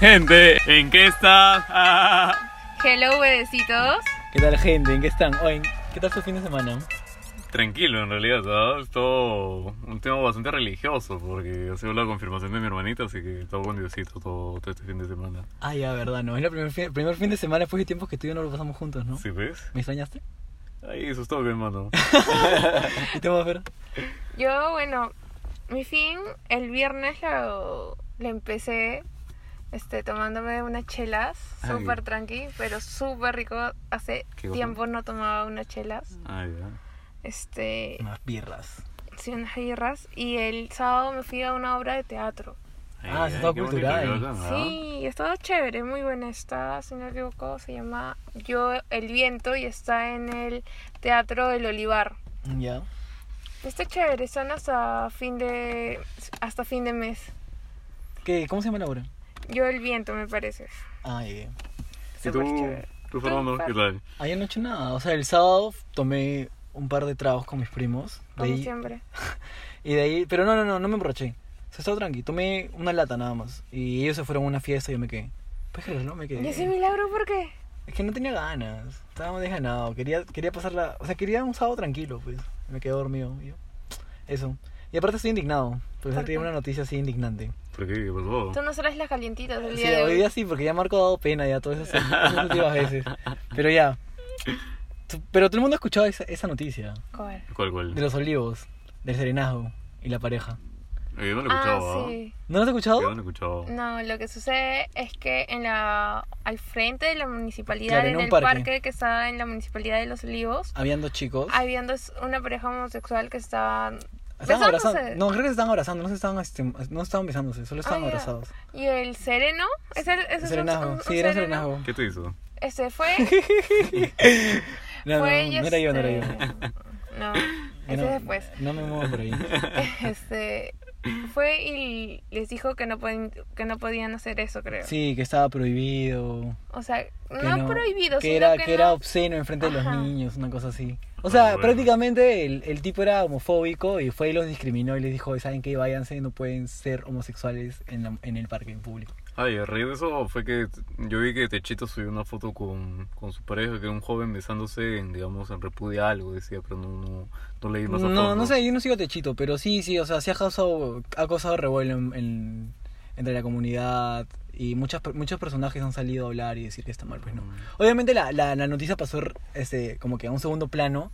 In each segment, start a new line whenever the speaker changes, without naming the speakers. Gente, ¿en qué estás? Ah,
Hello, bebecitos.
¿Qué tal gente? ¿En qué están? Oye, ¿qué tal su fin de semana?
tranquilo, en realidad, ¿sabes? Todo un tema bastante religioso, porque ha sido la confirmación de mi hermanita, así que todo con Diosito todo, todo este fin de semana.
Ah, ya, verdad, no. Es el primer, fin- primer fin de semana después de tiempo que tú y yo no lo pasamos juntos, ¿no?
¿Sí ves?
¿Me extrañaste?
Ahí, eso es todo, hermano.
¿Y te vas a ver?
Yo, bueno, mi fin, el viernes lo, lo empecé este, tomándome unas chelas,
Ay.
súper tranqui, pero súper rico. Hace
Qué gozo.
tiempo no tomaba unas chelas,
Ah, ya.
este,
Unas birras.
sí, unas birras. Y el sábado me fui a una obra de teatro.
Ah,
Ay,
eso
ay,
es todo
qué bonito
cultural.
que hablan, ¿ah?
Sí, estaba chévere, muy buena. Está, si no me equivoco, se llama Yo, el viento y está en el Teatro del Olivar.
Ya.
Está chévere, son hasta fin de hasta fin de mes.
¿Qué? ¿Cómo se llama la obra?
Yo el viento, me parece.
Ah, ya, ya.
¿Y
Súper
tú,
chévere.
tú, Fernando, qué tal?
Ayer no he hecho nada. O sea, el sábado tomé un par de tragos con mis primos. De
Como
ahí-
siempre.
y de ahí... Pero no, no, no, no me emborraché. Se estaba tranqui. Tomé una lata nada más. Y ellos se fueron a una fiesta y yo me quedé. Pues no me quedé.
¿Y ese milagro por qué?
Es que no tenía ganas, estaba desganado, quería, quería pasarla, o sea, quería un sábado tranquilo, pues, me quedé dormido, y yo, eso. Y aparte estoy indignado, porque
¿Por
se
qué?
una noticia así indignante.
¿Por qué? ¿Qué pasó?
Tú no serás las calientitas del
Sí,
día de
hoy
hoy.
día sí, porque ya Marco ha dado pena ya todas esas, esas últimas veces, pero ya. Tu- Pero todo el mundo ha escuchado esa, esa noticia,
¿Cuál?
¿Cuál, cuál?
de los olivos, del serenazgo y la pareja.
Eh, Yo no lo
Ah,
escuchaba.
sí.
¿No lo has escuchado?
Yo no lo escuchaba.
No, lo que sucede es que en la al frente de la municipalidad,
Claro, en
en,
un
el
parque.
parque. que está en la municipalidad de Los Olivos,
Habían dos chicos.
habiendo s- una pareja homosexual que estaba
Estaban
besándose.
abrazando. No, creo que se estaban abrazando, no se estaban, este, no se estaban besándose, solo estaban
Ah, ya.
abrazados.
y el sereno, es el, ese es un- un-
Serenazgo,
un
sí, era
sereno.
un serenazgo.
¿Qué te hizo?
Ese fue
No, no,
fue
no,
y
era yo, no era yo.
este, No,
Yo
ese
no-
después.
No me muevo por ahí.
Este fue y les dijo que no pueden, que no podían hacer eso, creo.
Sí, que estaba prohibido.
O sea,
que
no, prohibido,
que
sino
era,
que,
que era
no-
obsceno enfrente de los
Ajá.
niños, una cosa así. O sea,
Ah, bueno.
prácticamente el, el tipo era homofóbico y fue y los discriminó y les dijo, ¿saben qué? Váyanse, no pueden ser homosexuales en, la- en el parque en público.
Ay, a raíz de eso fue que yo vi que Techito subió una foto con, con su pareja, que era un joven besándose, en, digamos, en repudia algo, decía, pero no, no, no leí más a
No,
fondo.
no sé, yo no sigo techito, pero sí, sí, o sea, sí ha causado, ha causado revuelo en- en- entre la comunidad y muchas, per- muchos personajes han salido a hablar y decir que está mal, pues no. Obviamente la, la, la noticia pasó este, como que a un segundo plano.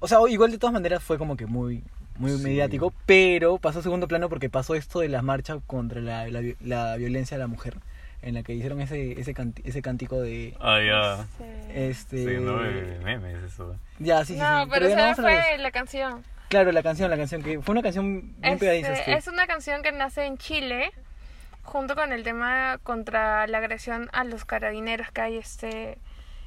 O sea, igual de todas maneras fue como que muy, muy
Sí.
mediático, pero pasó a segundo plano porque pasó esto de las marchas contra la, la vi- la violencia a la mujer, en la que hicieron ese, ese, canti- ese cántico de...
Ah, ya.
Este...
Sí, no, eh, memes, eso.
Ya, sí, sí,
No,
sí,
pero
ya
esa
no vamos a
fue
hablar de eso.
la canción.
Claro, la canción, la canción que fue una canción bien
Este,
pegadiza. este.
es una canción que nace en Chile junto con el tema contra la agresión a los carabineros que hay este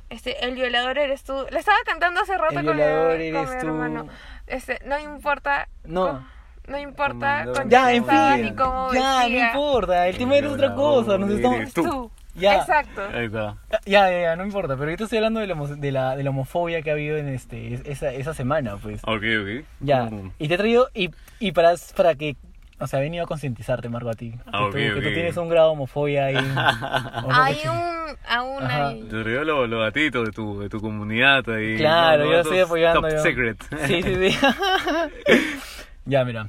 este el violador eres tú. La estaba cantando hace rato
El
con mi-
violador
con mi,
eres tú.
hermano. Este, no importa
No.
No importa
Mandó-
con
Ya,
quién
en
estaba
fin.
ni cómo
Ya, no
vestía.
importa. El tema
El
era otra
violador
cosa. Nos
eres
estamos...
tú.
Ya.
Exacto.
Ahí está.
Ah, Ya, ya, ya, no importa. Pero ahorita estoy hablando de la, homo- de la, de la homofobia que ha habido en este, es- esa, esa semana, pues.
Ok, ok.
Ya.
Mm.
Y te he traído. Y, y para, para que. O sea, he venido a concientizarte, Marco, a ti. Que,
Ah,
tú,
ok,
que tú
ok.
tienes un grado de homofobia ahí.
Hay un, aún
Ajá.
hay.
Te río los los gatitos de tu, de tu comunidad ahí.
Claro,
No, no,
yo lo
eso
estoy
es
apoyando.
Top
yo.
secret.
Sí, sí, sí. ya, mira.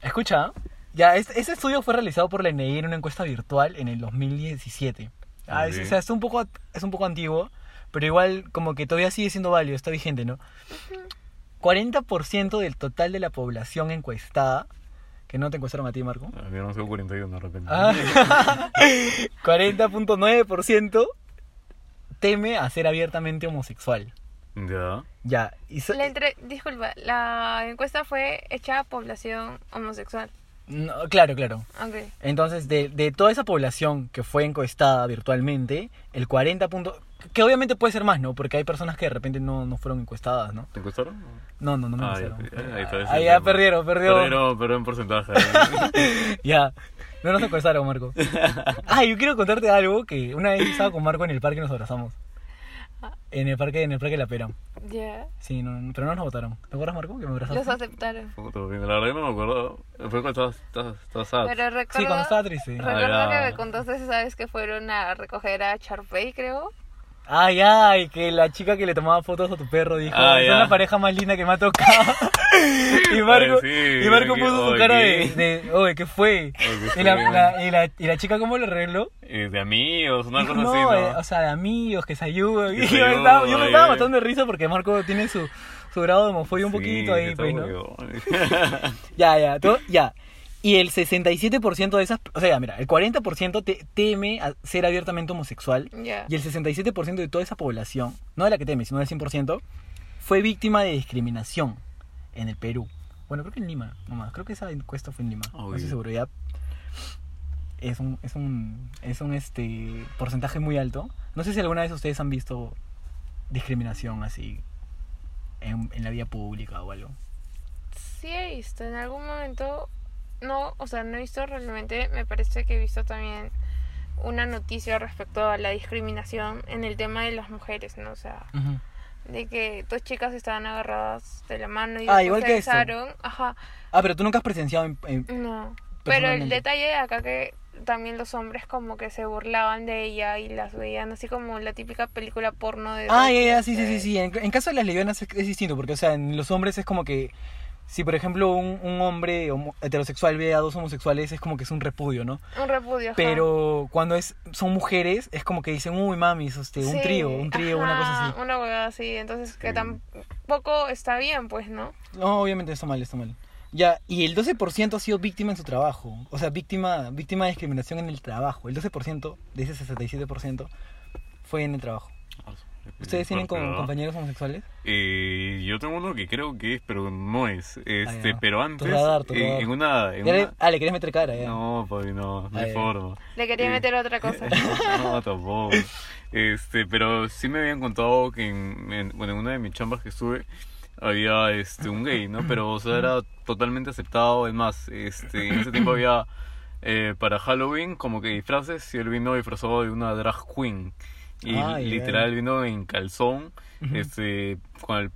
Escucha. Ya, es- ese estudio fue realizado por la NI en una encuesta virtual en el 2017. Ah, es-
Ok.
o sea, es un, poco, es un poco antiguo, pero igual como que todavía sigue siendo válido, está vigente, ¿no? 40% del total de la población encuestada, que no te encuestaron a ti, Marco.
Ah, Yo no soy 41 de repente.
Ah, 40.9% teme a ser abiertamente homosexual.
Ya.
Ya, y so- eh,
La entre- disculpa, la encuesta fue hecha a población homosexual.
no, claro, claro.
Ok.
Entonces, de, de toda esa población que fue encuestada virtualmente, el 40 punto... Que obviamente puede ser más, ¿no? Porque hay personas que de repente no, no fueron encuestadas, ¿no?
¿Te encuestaron?
No, no, no me
Ah, ya,
encuestaron.
ahí está, ese
Ah,
es
ya
el tema.
perdieron, perdieron.
Perdieron, pero en porcentaje.
Ya, no nos encuestaron, Marco. Ah, yo quiero contarte algo que una vez estaba con Marco en el parque y nos abrazamos. En el parque, en el parque de la pera.
Ya.
Sí, no, pero no nos votaron. ¿Te acuerdas, Marco? Que me abrazaste.
Los aceptaron.
Puta, la verdad que no me acuerdo. Fue cuando estabas- estabas estabas sad.
Pero recuerdo,
Ah, Sí, cuando estaba triste.
recuerdo que
Ah, ya.
me contaste esa vez que fueron a recoger a Charpey, creo.
Ay, ay, que la chica que le tomaba fotos a tu perro dijo,
Ah,
es
ya.
la pareja más linda que me ha tocado. y
Ay,
Marco,
sí,
y Marco
aquí,
puso su
oye.
cara de, de, oye, ¿qué fue?
¿qué
y, la,
fue?
la- y, la, y la chica, ¿cómo lo arregló?
Eh, de amigos, una cosa
no,
así,
eh,
¿no?
o sea, de amigos, que se ayudan.
Que
Y
se
yo, me estaba, yo me
ayudan,
estaba
eh.
matando de risa porque Marco tiene su, su grado de homofobia un
Sí,
poquito ahí,
está
pues, ¿no?
huevón.
Ya, ya, todo- ya. Y el 67% de esas, o sea, ya, mira, el 40% te- teme a ser abiertamente homosexual.
Ya.
Y el 67% de toda esa población, no de la que teme, sino del 100%, fue víctima de discriminación en el Perú. Bueno, creo que en Lima, nomás. Creo que esa encuesta fue en Lima. No
Obvio.
estoy seguro, ya. Es un, es un, es un este, porcentaje muy alto. No sé si alguna vez ustedes han visto discriminación así en, en la vía pública o algo.
Sí he visto, en algún momento, no, o sea, no he visto realmente, me parece que he visto también una noticia respecto a la discriminación en el tema de las mujeres, ¿no? O sea, de que dos chicas estaban agarradas de la mano y
Ah,
después
igual
se
que eso.
besaron. Ajá,
Ah, pero tú nunca has presenciado en- en-
no. Pero el
Personalmente.
detalle acá que también los hombres como que se burlaban de ella y las veían así como la típica película porno de...
Ah,
dos,
ya, ya, sí, sí,
este,
sí, sí. En, en caso de las lesbianas es, es distinto, porque, o sea, en los hombres es como que. Si, por ejemplo, un, un hombre homo- heterosexual ve a dos homosexuales, es como que es un repudio, ¿no?
Un repudio. ajá.
Pero cuando es, son mujeres, es como que dicen, uy, mami, este, un
Sí,
trío, un trío, una cosa
ajá,
así.
Una huevada así, entonces que
Sí.
tampoco está bien, pues, ¿no?
No, obviamente está mal, está mal. Ya, y el 12% ha sido víctima en su trabajo. O sea, víctima, víctima de discriminación en el trabajo. El 12% de ese 67% fue en el trabajo. ¿Ustedes tienen como
Fuerte, Mm, pues ¿no?
compañeros homosexuales?
Eh, yo tengo uno que creo que es, pero no es. Este,
Ah, ya.
pero antes.
radar, tu
en-
radar.
En una. En
Ya le-
una...
Ah, le querés meter cara, ya.
No, papi, no, no
Ah, ya.
hay forma.
Le quería
Sí.
meter otra cosa.
no, tampoco. Este, pero sí me habían contado que en, en- bueno, en una de mis chambas que estuve había este un gay, ¿no? Pero o sea, era totalmente aceptado, es más, este, en ese tiempo había eh, para Halloween como que disfraces y él vino disfrazado de una drag queen. Y
Ay,
literal
ay.
vino en calzón,
Ujú.
este, con el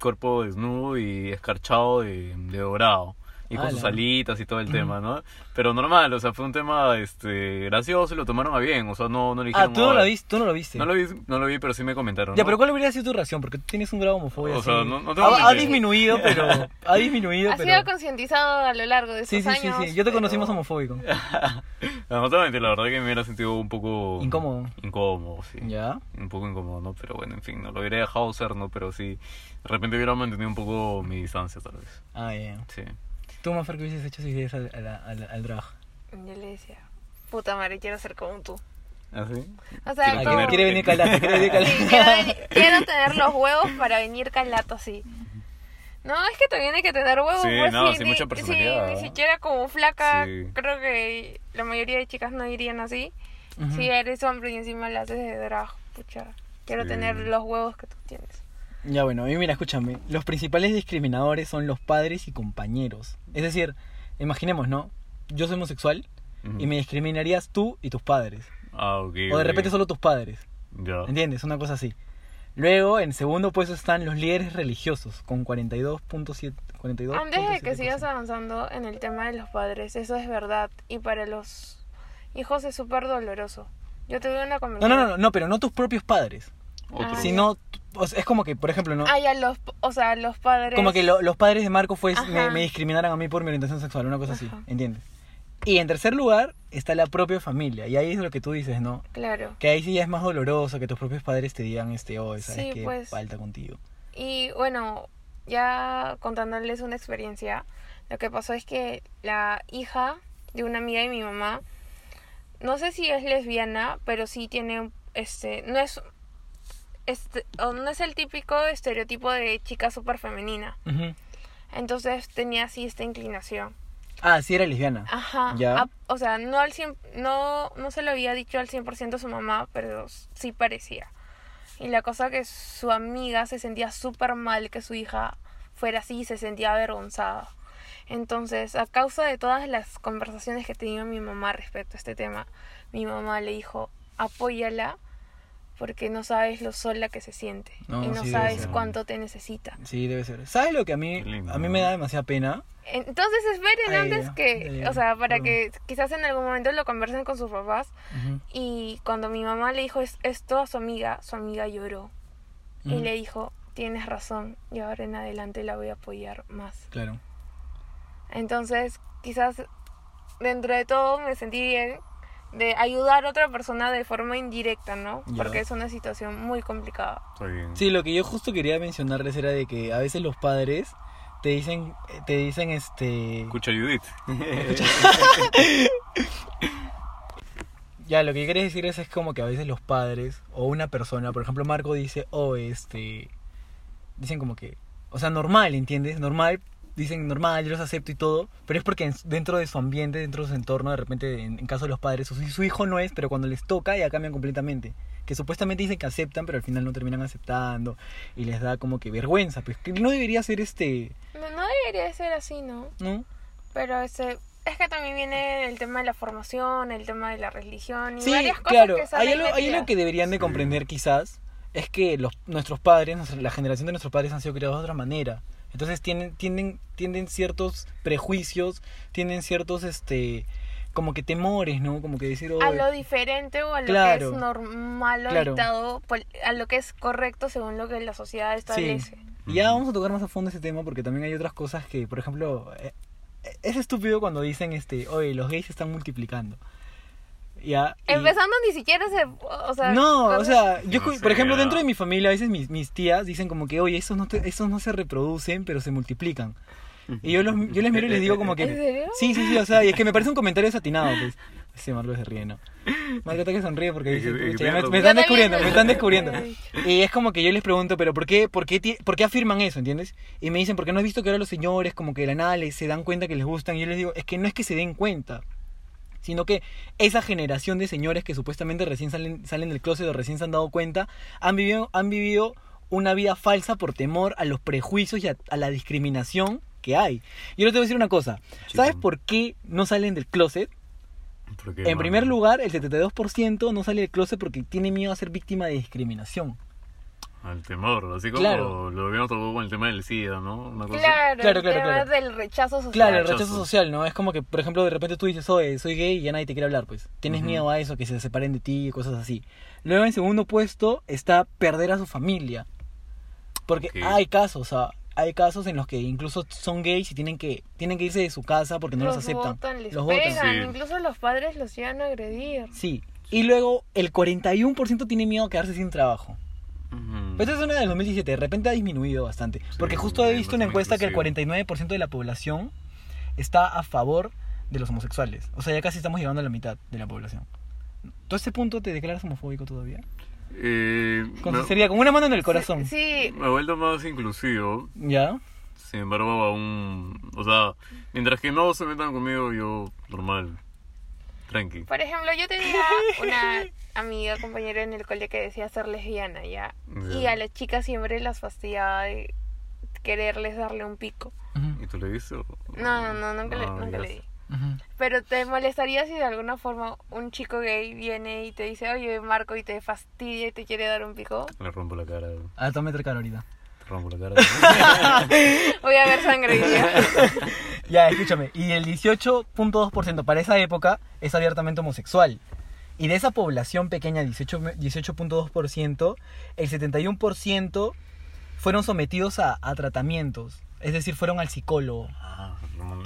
cuerpo desnudo y escarchado de, de dorado. Y con
Ala.
sus alitas y todo el tema, ¿no? Pero normal, o sea, fue un tema este, gracioso y lo tomaron a bien, o sea, no, no le
Ah,
dijeron.
tú no,
"Ay".
lo viste, tú no lo viste.
No lo vi, no lo vi, pero sí me comentaron.
Ya,
¿no?
pero ¿cuál habría sido tu reacción? Porque tú tienes un grado de homofobia.
O
así.
sea, no- no tengo
ha, ha
ni idea.
disminuido, pero. Ha disminuido,
Ha
pero.
sido concientizado a lo largo de
Sí,
estos
sí, sí,
años.
sí. Yo te conocí
pero-
más homofóbico.
No, no te voy a mentir, la verdad que me hubiera sentido un poco.
Incómodo.
Incómodo, sí.
Ya.
Un poco incómodo, ¿no? Pero bueno, en fin, no lo hubiera dejado ser, ¿no? Pero sí, de repente hubiera mantenido un poco mi distancia, tal vez.
Ah, ya.
Sí.
Tú, Mafer, que hubieses hecho si hubieses al, al, al, al drag.
Yo le decía, puta madre, quiero ser como tú.
¿Ah, sí?
O sea,
Quiero
como-
Ah, quiere, quiere venir calata, quiere venir
Sí, quiero,
calata.
venir- quiero tener los huevos para venir calato así. No, es que también hay que tener huevos.
Sí,
pues,
no,
sí,
sí,
ni-
mucha personalidad,
sí, ni
¿no?
siquiera como flaca.
Sí.
Creo que la mayoría de chicas no irían así.
Ujú.
Si eres hombre y encima la haces de drag, pucha. Quiero
Sí.
tener los huevos que tú tienes.
Ya, bueno, y mira, escúchame. Los principales discriminadores son los padres y compañeros. Es decir, imaginemos, ¿no? Yo soy homosexual y me discriminarías tú y tus padres.
Ah, ok.
O de
ok.
repente solo tus padres.
Ya.
¿Entiendes? Una cosa así. Luego, en segundo puesto están los líderes religiosos, con 42.7. 42.
Antes Ah, de que sigas avanzando en el tema de los padres, eso es verdad. Y para los hijos es súper doloroso. Yo tuve una
No,
conversación.
no, no, no, pero no tus propios padres.
Otro.
Ah,
sino, o sea, es como que, por ejemplo, ¿no?
Ah, ya, los, o sea, los padres.
Como que lo- los padres de Marco fue, me,
Ajá.
me discriminaran a mí por mi orientación sexual, una cosa así,
Ajá.
¿entiendes? Y en tercer lugar está la propia familia, y ahí es lo que tú dices, ¿no?
Claro.
Que ahí sí ya es más doloroso que tus propios padres te digan, este, oh, sabes
Sí,
que
pues.
falta contigo.
Y bueno, ya contándoles una experiencia, lo que pasó es que la hija de una amiga de mi mamá, no sé si es lesbiana, pero sí tiene este, no es este, o no es el típico estereotipo de chica súper femenina.
Ujú.
Entonces tenía así esta inclinación.
Ah, sí, era lesbiana.
Ajá.
Ya.
Ah, o sea, no al 100 no, no se lo había dicho al 100% a su mamá, pero sí parecía. Y la cosa que su amiga se sentía súper mal que su hija fuera así y se sentía avergonzada. Entonces, a causa de todas las conversaciones que tenía mi mamá respecto a este tema, mi mamá le dijo, apóyala, porque no sabes lo sola que se siente
No,
y no
sí,
sabes
sí.
cuánto te necesita.
Sí, debe ser. ¿Sabes lo que a mí,
Qué lindo,
a mí
¿no?
me da demasiada pena?
Entonces esperen
Ahí
antes
ya, ahí
que,
ya,
o sea, para
perdón.
que quizás en algún momento lo conversen con sus papás. Y cuando mi mamá le dijo es- esto a su amiga, su amiga lloró y
Ujú.
le dijo, tienes razón, y ahora en adelante la voy a apoyar más.
Claro.
Entonces, quizás dentro de todo me sentí bien de ayudar a otra persona de forma indirecta, ¿no?
Ya.
Porque es una situación muy complicada.
Está bien.
Sí, lo que yo justo quería mencionarles era de que a veces los padres te dicen, te dicen este...
Escucha Judith.
Ya, lo que yo quería decirles es como que a veces los padres o una persona, por ejemplo Marco dice, oh, este, dicen como que, o sea, normal, ¿entiendes? Normal, dicen normal, yo los acepto y todo, pero es porque en- dentro de su ambiente, dentro de su entorno, de repente, en, en caso de los padres, su, su hijo no es, pero cuando les toca ya cambian completamente. Que supuestamente dicen que aceptan, pero al final no terminan aceptando y les da como que vergüenza. Pues que no debería ser este,
No, no debería ser así, ¿no?
¿no?
Pero ese, es que también viene el tema de la formación, el tema de la religión y
Sí,
varias cosas
claro.
que salen
hay, algo, hay algo
metidas.
que deberían de
Sí.
comprender quizás, es que los, nuestros padres, nuestra- la generación de nuestros padres han sido criados de otra manera. Entonces tienen, tienden, tienden ciertos prejuicios, tienen ciertos, este, como que temores, ¿no? Como que decir,
a
"Oy".
Ah, lo diferente o a lo
Claro.
que es normal o
Claro.
dictado pol- a lo que es correcto según lo que la sociedad establece.
Y ya vamos a tocar más a fondo ese tema porque también hay otras cosas que, por ejemplo, eh, es estúpido cuando dicen, este, oye, los gays se están multiplicando. Ya, y-
Empezando ni siquiera se... O sea,
no, o
cosas-
sea, yo,
No
cu-
sé,
por ejemplo,
¿verdad?
dentro de mi familia, a veces mis, mis tías dicen como que, oye, esos no, te- esos no se reproducen, pero se multiplican. Y yo, los, yo les miro y les digo como que...
¿En serio?
Sí, sí, sí, o sea, y es que me parece un comentario desatinado, pues. Ese Marco se ríe, ¿no? Marco está que sonríe porque dice,
Es que- es que
"Pucha, ya me,
tiene razón".
me
Yo
están
también
descubriendo, me están
lo-
descubriendo.
lo he dicho.
Y es como que yo les pregunto, pero ¿por qué, por qué, ti- por qué afirman eso, entiendes? Y me dicen, porque no he visto que ahora los señores como que de la nada les, se dan cuenta que les gustan. Y yo les digo, es que no es que se den cuenta, sino que esa generación de señores que supuestamente recién salen, salen del closet o recién se han dado cuenta, han vivido, han vivido una vida falsa por temor a los prejuicios y a, a la discriminación que hay. Yo te voy a decir una cosa,
Sí,
¿sabes
sí.
por qué no salen del closet?
¿Por qué,
En
mano?
primer lugar, el 72% no sale del closet porque tiene miedo a ser víctima de discriminación.
Al temor, así como
Claro.
lo habíamos tocado con el tema del SIDA, ¿no? Una cosa
Claro,
Claro,
el
claro,
tema
claro.
del rechazo social.
Claro, el
Rechazo.
rechazo social, ¿no? Es como que, por ejemplo, de repente tú dices, oye, soy gay y ya nadie te quiere hablar, pues. Tienes
Ujú.
miedo a eso, que se separen de ti y cosas así. Luego, en segundo puesto, está perder a su familia. Porque
Ok.
hay casos, o sea, hay casos en los que incluso son gays y tienen que, tienen que irse de su casa porque no los, aceptan.
botan, les
los
pegan,
botan.
Sí.
incluso los padres los llegan a agredir.
Sí. Y luego, el 41% tiene miedo a quedarse sin trabajo.
Ujú.
Pero esta es una Pues del 2017, de repente ha disminuido bastante. porque justo
es
he visto
bastante
una encuesta que el
inclusivo.
49% de la población está a favor de los homosexuales. O sea, ya casi estamos llegando a la mitad de la población. ¿Tú a este punto te declaras homofóbico todavía?
Eh,
Con
me-
sinceridad, con una mano en el corazón.
Sí,
Me he vuelto más inclusivo,
¿Ya?
sin embargo aún... O sea, mientras que no se metan conmigo, yo normal, tranqui.
por ejemplo, yo tenía una amiga, compañera en el cole que decía ser lesbiana, ¿ya? Y
Ya.
a las chicas siempre las fastidiaba de quererles darle un pico.
Ujú,
¿Y tú le dices?
No, no, no, nunca,
Ah,
le, nunca le di.
ujú.
Pero te molestaría si de alguna forma un chico gay viene y te dice, oye, Marco, y te fastidia y te quiere dar un pico.
Le rompo la cara, te
Ah, toma otra cara ahorita.
rompo la cara.
Voy a ver sangre. hoy día.
Ya, escúchame. Y el 18.2% para esa época es abiertamente homosexual. Y de esa población pequeña, 18 me- 18.2%, el 71% fueron sometidos a, a tratamientos. Es decir, fueron al psicólogo.
Ah,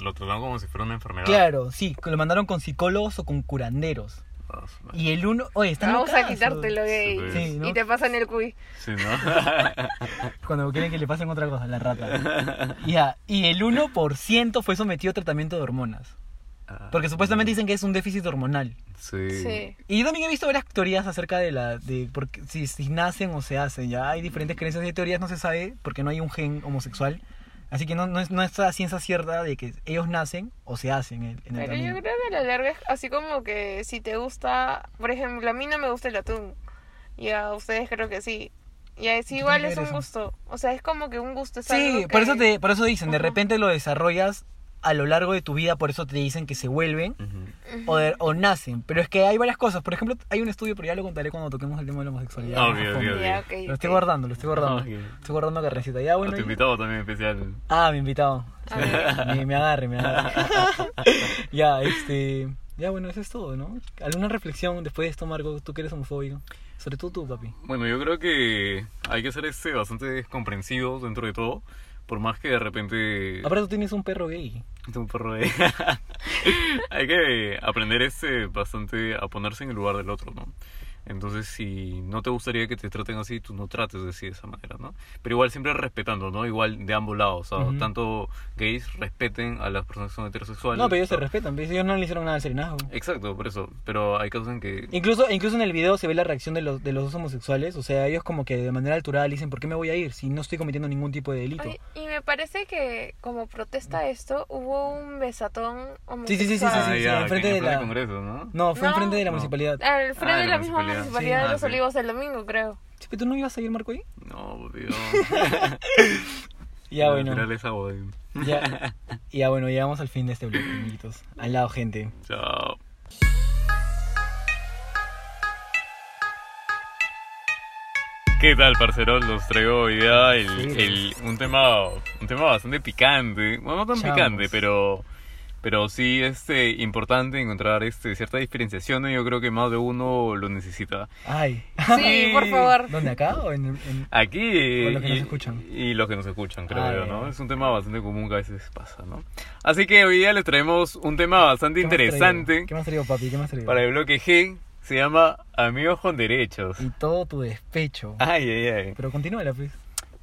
lo trataban como si fuera una enfermedad.
Claro, sí, que lo mandaron con psicólogos o con curanderos.
Ah, su madre.
Y el uno... Oye, están
Vamos a
locazos.
quitártelo gay.
Sí,
¿no?
Y te pasan el cuy.
Sí, ¿no?
Cuando quieren que le pasen otra cosa, la rata. Ya, y el 1% fue sometido a tratamiento de hormonas.
Ah,
Porque supuestamente dicen que es un déficit hormonal.
Sí.
Sí.
Y yo también he visto varias teorías acerca de la de por qué- si, si nacen o se hacen. Ya hay
Mm.
diferentes creencias y teorías, no se sabe porque no hay un gen homosexual. Así que no, no es no está ciencia cierta de que ellos nacen o se hacen en, en el
Pero
camino.
yo creo que a la larga es así como que si te gusta, por ejemplo, a mí no me gusta el atún. Y a ustedes creo que sí. Y es
¿Qué
igual
tiene que
es
ver
un
eso?
gusto. O sea, es como que un gusto. Es
Sí,
algo
por eso
que-
te por eso dicen, de
Ajá.
repente lo desarrollas a lo largo de tu vida, por eso te dicen que se vuelven
Ujú.
o, de- o nacen. Pero es que hay varias cosas. Por ejemplo, hay un estudio, pero ya lo contaré cuando toquemos el tema de la homosexualidad.
Ah,
más
ok,
a
ok,
fondo.
ok.
Ya, ok,
Lo estoy
ok.
guardando, lo estoy guardando.
Ok.
Estoy guardando carrecita. Ya,
A
Ah, bueno.
tu
y-
invitado también especial.
Ah, mi invitado.
Ah,
Sí, me, me agarre, me agarre. ya, este. Ya, bueno, eso es todo, ¿no? ¿Alguna reflexión después de esto, Marco? Tú que eres homofóbico. Sobre todo tú, papi.
Bueno, yo creo que hay que ser este, bastante comprensivos dentro de todo. Por más que de repente.
Aparte, tú tienes un perro gay.
Tengo un perro de- hay que aprender este, bastante a ponerse en el lugar del otro, ¿no? Entonces, si no te gustaría que te traten así, tú no trates de así de esa manera, ¿no? Pero igual siempre respetando, ¿no? Igual de ambos lados, o sea,
Ujú.
tanto gays respeten a las personas que son heterosexuales.
No, pero ellos se
o-
respetan. ¿ves? Ellos no le hicieron nada al serenazgo.
Exacto, por eso. Pero hay casos en que
Incluso, incluso en el video se ve la reacción de los, de los dos homosexuales. O sea, ellos como que de manera altural dicen, ¿por qué me voy a ir si no estoy cometiendo ningún tipo de delito?
Oye, y me parece que como protesta a esto hubo un besatón homosexual.
Sí, sí, sí, sí,
Ah,
sí,
ya,
enfrente
que
de
en el
la-
Congreso, ¿no?
No, fue
No. Eh.
enfrente de
No.
la municipalidad.
Ah, de
Al frente de la
la
misma
municipalidad.
municipalidad
Sí.
de
Ah,
los
sí.
olivos el domingo, creo.
Che, pero ¿tú no ibas a ir, Marco, ahí?
No, tío.
Ya, bueno.
Tirarle esa boda.
Ya, ya bueno, llegamos al fin de este bloque, amiguitos. Al lado, gente.
Chao. ¿Qué tal, parceros? Los traigo hoy día el,
Sí.
el- un, tema, un tema bastante picante. Bueno, no tan
Chamos.
picante, pero, pero sí este, importante encontrar este, cierta diferenciación. y Yo creo que más de uno lo necesita.
Ay.
Sí, por favor.
¿Dónde acá o en, en-
Aquí.
O los que
y,
nos escuchan.
Y los que nos escuchan, creo
Ah,
yo,
ya,
¿no?
ya.
Es un tema bastante común que a veces pasa, ¿no? Así que hoy día les traemos un tema bastante
¿Qué más traído?
interesante
¿Qué más traído, papi? ¿Qué más traído?
para el bloque G. Se llama Amigos con Derechos.
Y todo tu despecho.
Ay, ay, ay.
Pero continúala, pues.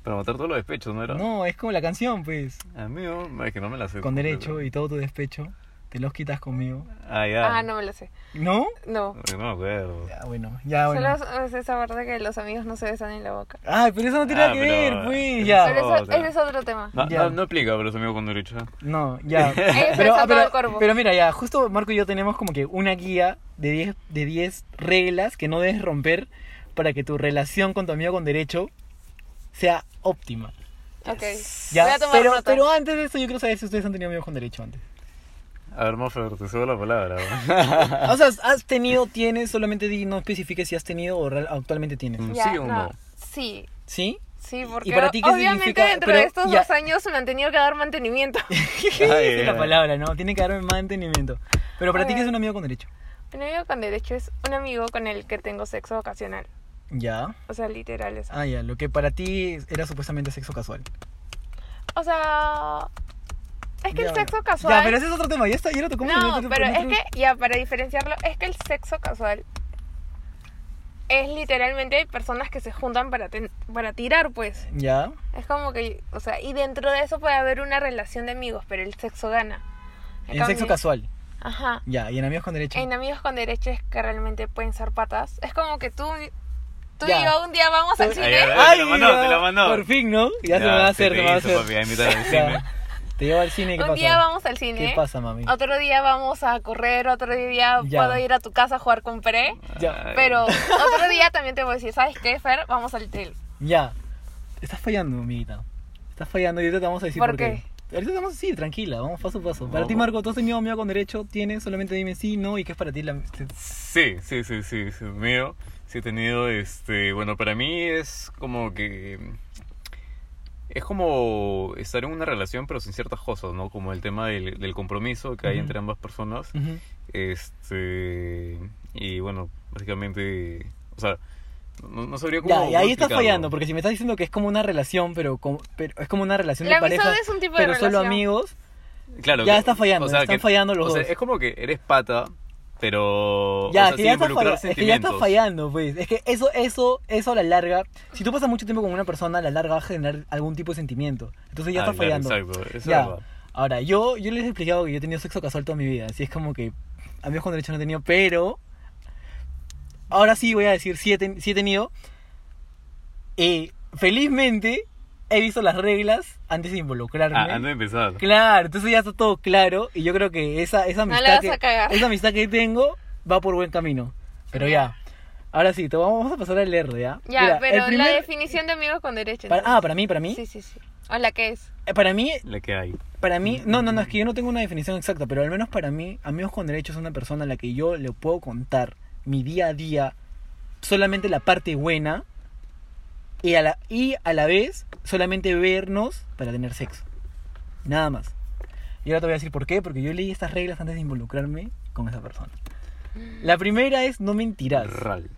Para matar todos los despechos, ¿no era?
No, es como la canción, pues.
Amigo, es que no me la sé.
Con derecho y todo tu despecho, te los quitas conmigo.
Ay, ay.
Ah, no me lo sé.
¿No?
No.
Porque no me acuerdo.
Ya, bueno, ya, Ah, bueno.
Solo es esa parte que los amigos no se besan en la boca.
Ay, pero eso no tiene nada
Ah,
que
pero-
ver, pues.
pero
Ya.
Pero eso,
otra.
ese es otro tema.
No,
Ya.
no, no aplica para los amigos con derecho.
No, ya.
es
pero,
Salvador
pero-
Corvo.
pero mira, ya, justo Marco y yo tenemos como que una guía de 10 de 10 reglas que no debes romper para que tu relación con tu amigo con derecho sea óptima.
Ok.
Ya,
Voy a tomar
pero,
nota.
pero antes de eso yo quiero saber si ustedes han tenido amigos con derecho antes.
A ver, Moffer, te subo la palabra. Ah.
O sea, has tenido, tienes, solamente di, no especifiques si has tenido o real- actualmente tienes.
Mm.
Ya,
¿Sí o no?
Sí.
¿Sí?
Sí, porque
para ti qué
obviamente
significa?
dentro
Pero
de estos
ya-
dos años me han tenido que dar mantenimiento.
Esa
ay,
es la
ay.
palabra, ¿no? Tiene que darme mantenimiento. Pero para ti, ¿qué es un amigo con derecho?
Un amigo con derecho es un amigo con el que tengo sexo ocasional.
Ya.
O sea, literal eso.
Ah, ya. Lo que para ti era supuestamente sexo casual.
O sea, es que
Ya,
el
bueno.
sexo casual...
Ya, pero ese es otro tema. Ya está, ya lo tocamos. en
No,
otro-
pero
en
es
otro-
que, ya, para diferenciarlo, es que el sexo casual es literalmente personas que se juntan para, ten- para tirar, pues.
Ya.
Es como que, o sea, y dentro de eso puede haber una relación de amigos, pero el sexo gana.
En
cambio-
sexo casual.
Ajá.
Ya, y en amigos con derecho.
En amigos con derechos que realmente pueden ser patas. Es como que tú, tú
Ya.
y yo un día vamos al
Tú-
Ay,
cine.
ay, Eh, te la mandó,
ya,
te la mandó.
Por fin, ¿no? Ya, se me va a hacer, se me va a hacer. Ya. Te llevo al cine, ¿qué
Un
pasa?
día vamos al cine.
¿Qué pasa, mami?
Otro día vamos a correr, otro día
Ya.
puedo ir a tu casa a jugar con Pre.
Ya,
Pero otro día también te voy a decir, ¿sabes qué, Fer? Vamos al tel.
ya. Estás fallando, amiguita. Estás fallando y ahorita te vamos a decir por,
¿Por
qué. Ahorita te vamos a decir, tranquila, vamos paso a paso. Para
Vamos.
ti, Marco, ¿tú has tenido amigo con derecho? ¿Tienes? Solamente dime sí, no, y qué es para ti la...
Sí, sí, sí, sí, sí, mío. Sí he tenido, este, bueno, para mí es como que... Es como estar en una relación pero sin ciertas cosas, ¿no? Como el tema del, del compromiso que hay
Ujú.
entre ambas personas.
Ujú.
Este... Y bueno, básicamente... O sea, no, no sabría cómo...
Ya, y ahí
cómo
estás
explicarlo.
fallando, porque si me estás diciendo que es como una relación, pero, como- pero es como una relación
La
de pareja,
amistad es un tipo de
pero solo
relación.
amigos,
Claro,
Ya
que-
está fallando, están fallando los
o sea,
dos.
es como que eres pata, pero...
Ya,
o sea,
es que
sin
ya estás
involucrar
falla- es que ya estás
sentimientos.
fallando, pues. Es que eso, eso, eso a la larga, si tú pasas mucho tiempo con una persona, a la larga va a generar algún tipo de sentimiento. Entonces ya
Ah,
estás
claro,
fallando.
exacto, eso
Ya.
es verdad.
Ahora, yo, yo les he explicado que yo he tenido sexo casual toda mi vida, así es como que amigos con derecho no he tenido, pero ahora sí voy a decir sí he, ten- sí he tenido. Eh, felizmente he visto las reglas antes de involucrarme.
Ah, antes de empezar.
Claro, entonces ya está todo claro y yo creo que esa, esa,
No la
amistad,
vas
que,
a cagar.
esa amistad que tengo va por buen camino. Pero ya, ahora sí, te vamos a pasar al leer, ¿ya?
Ya,
Mira,
pero
el primer-
la definición de amigos con derecho.
para-
entonces.
ah, para mí, para mí.
Sí, sí, sí. ¿O la que es?
Eh, Para mí,
La que hay.
para mí, no, no, no, es que yo no tengo una definición exacta, pero al menos para mí, amigos con derechos es una persona a la que yo le puedo contar mi día a día, solamente la parte buena, y a la, y a la vez solamente vernos para tener sexo. Nada más. Y ahora te voy a decir por qué, porque yo leí estas reglas antes de involucrarme con esa persona. La primera es no mentirás.
Ral.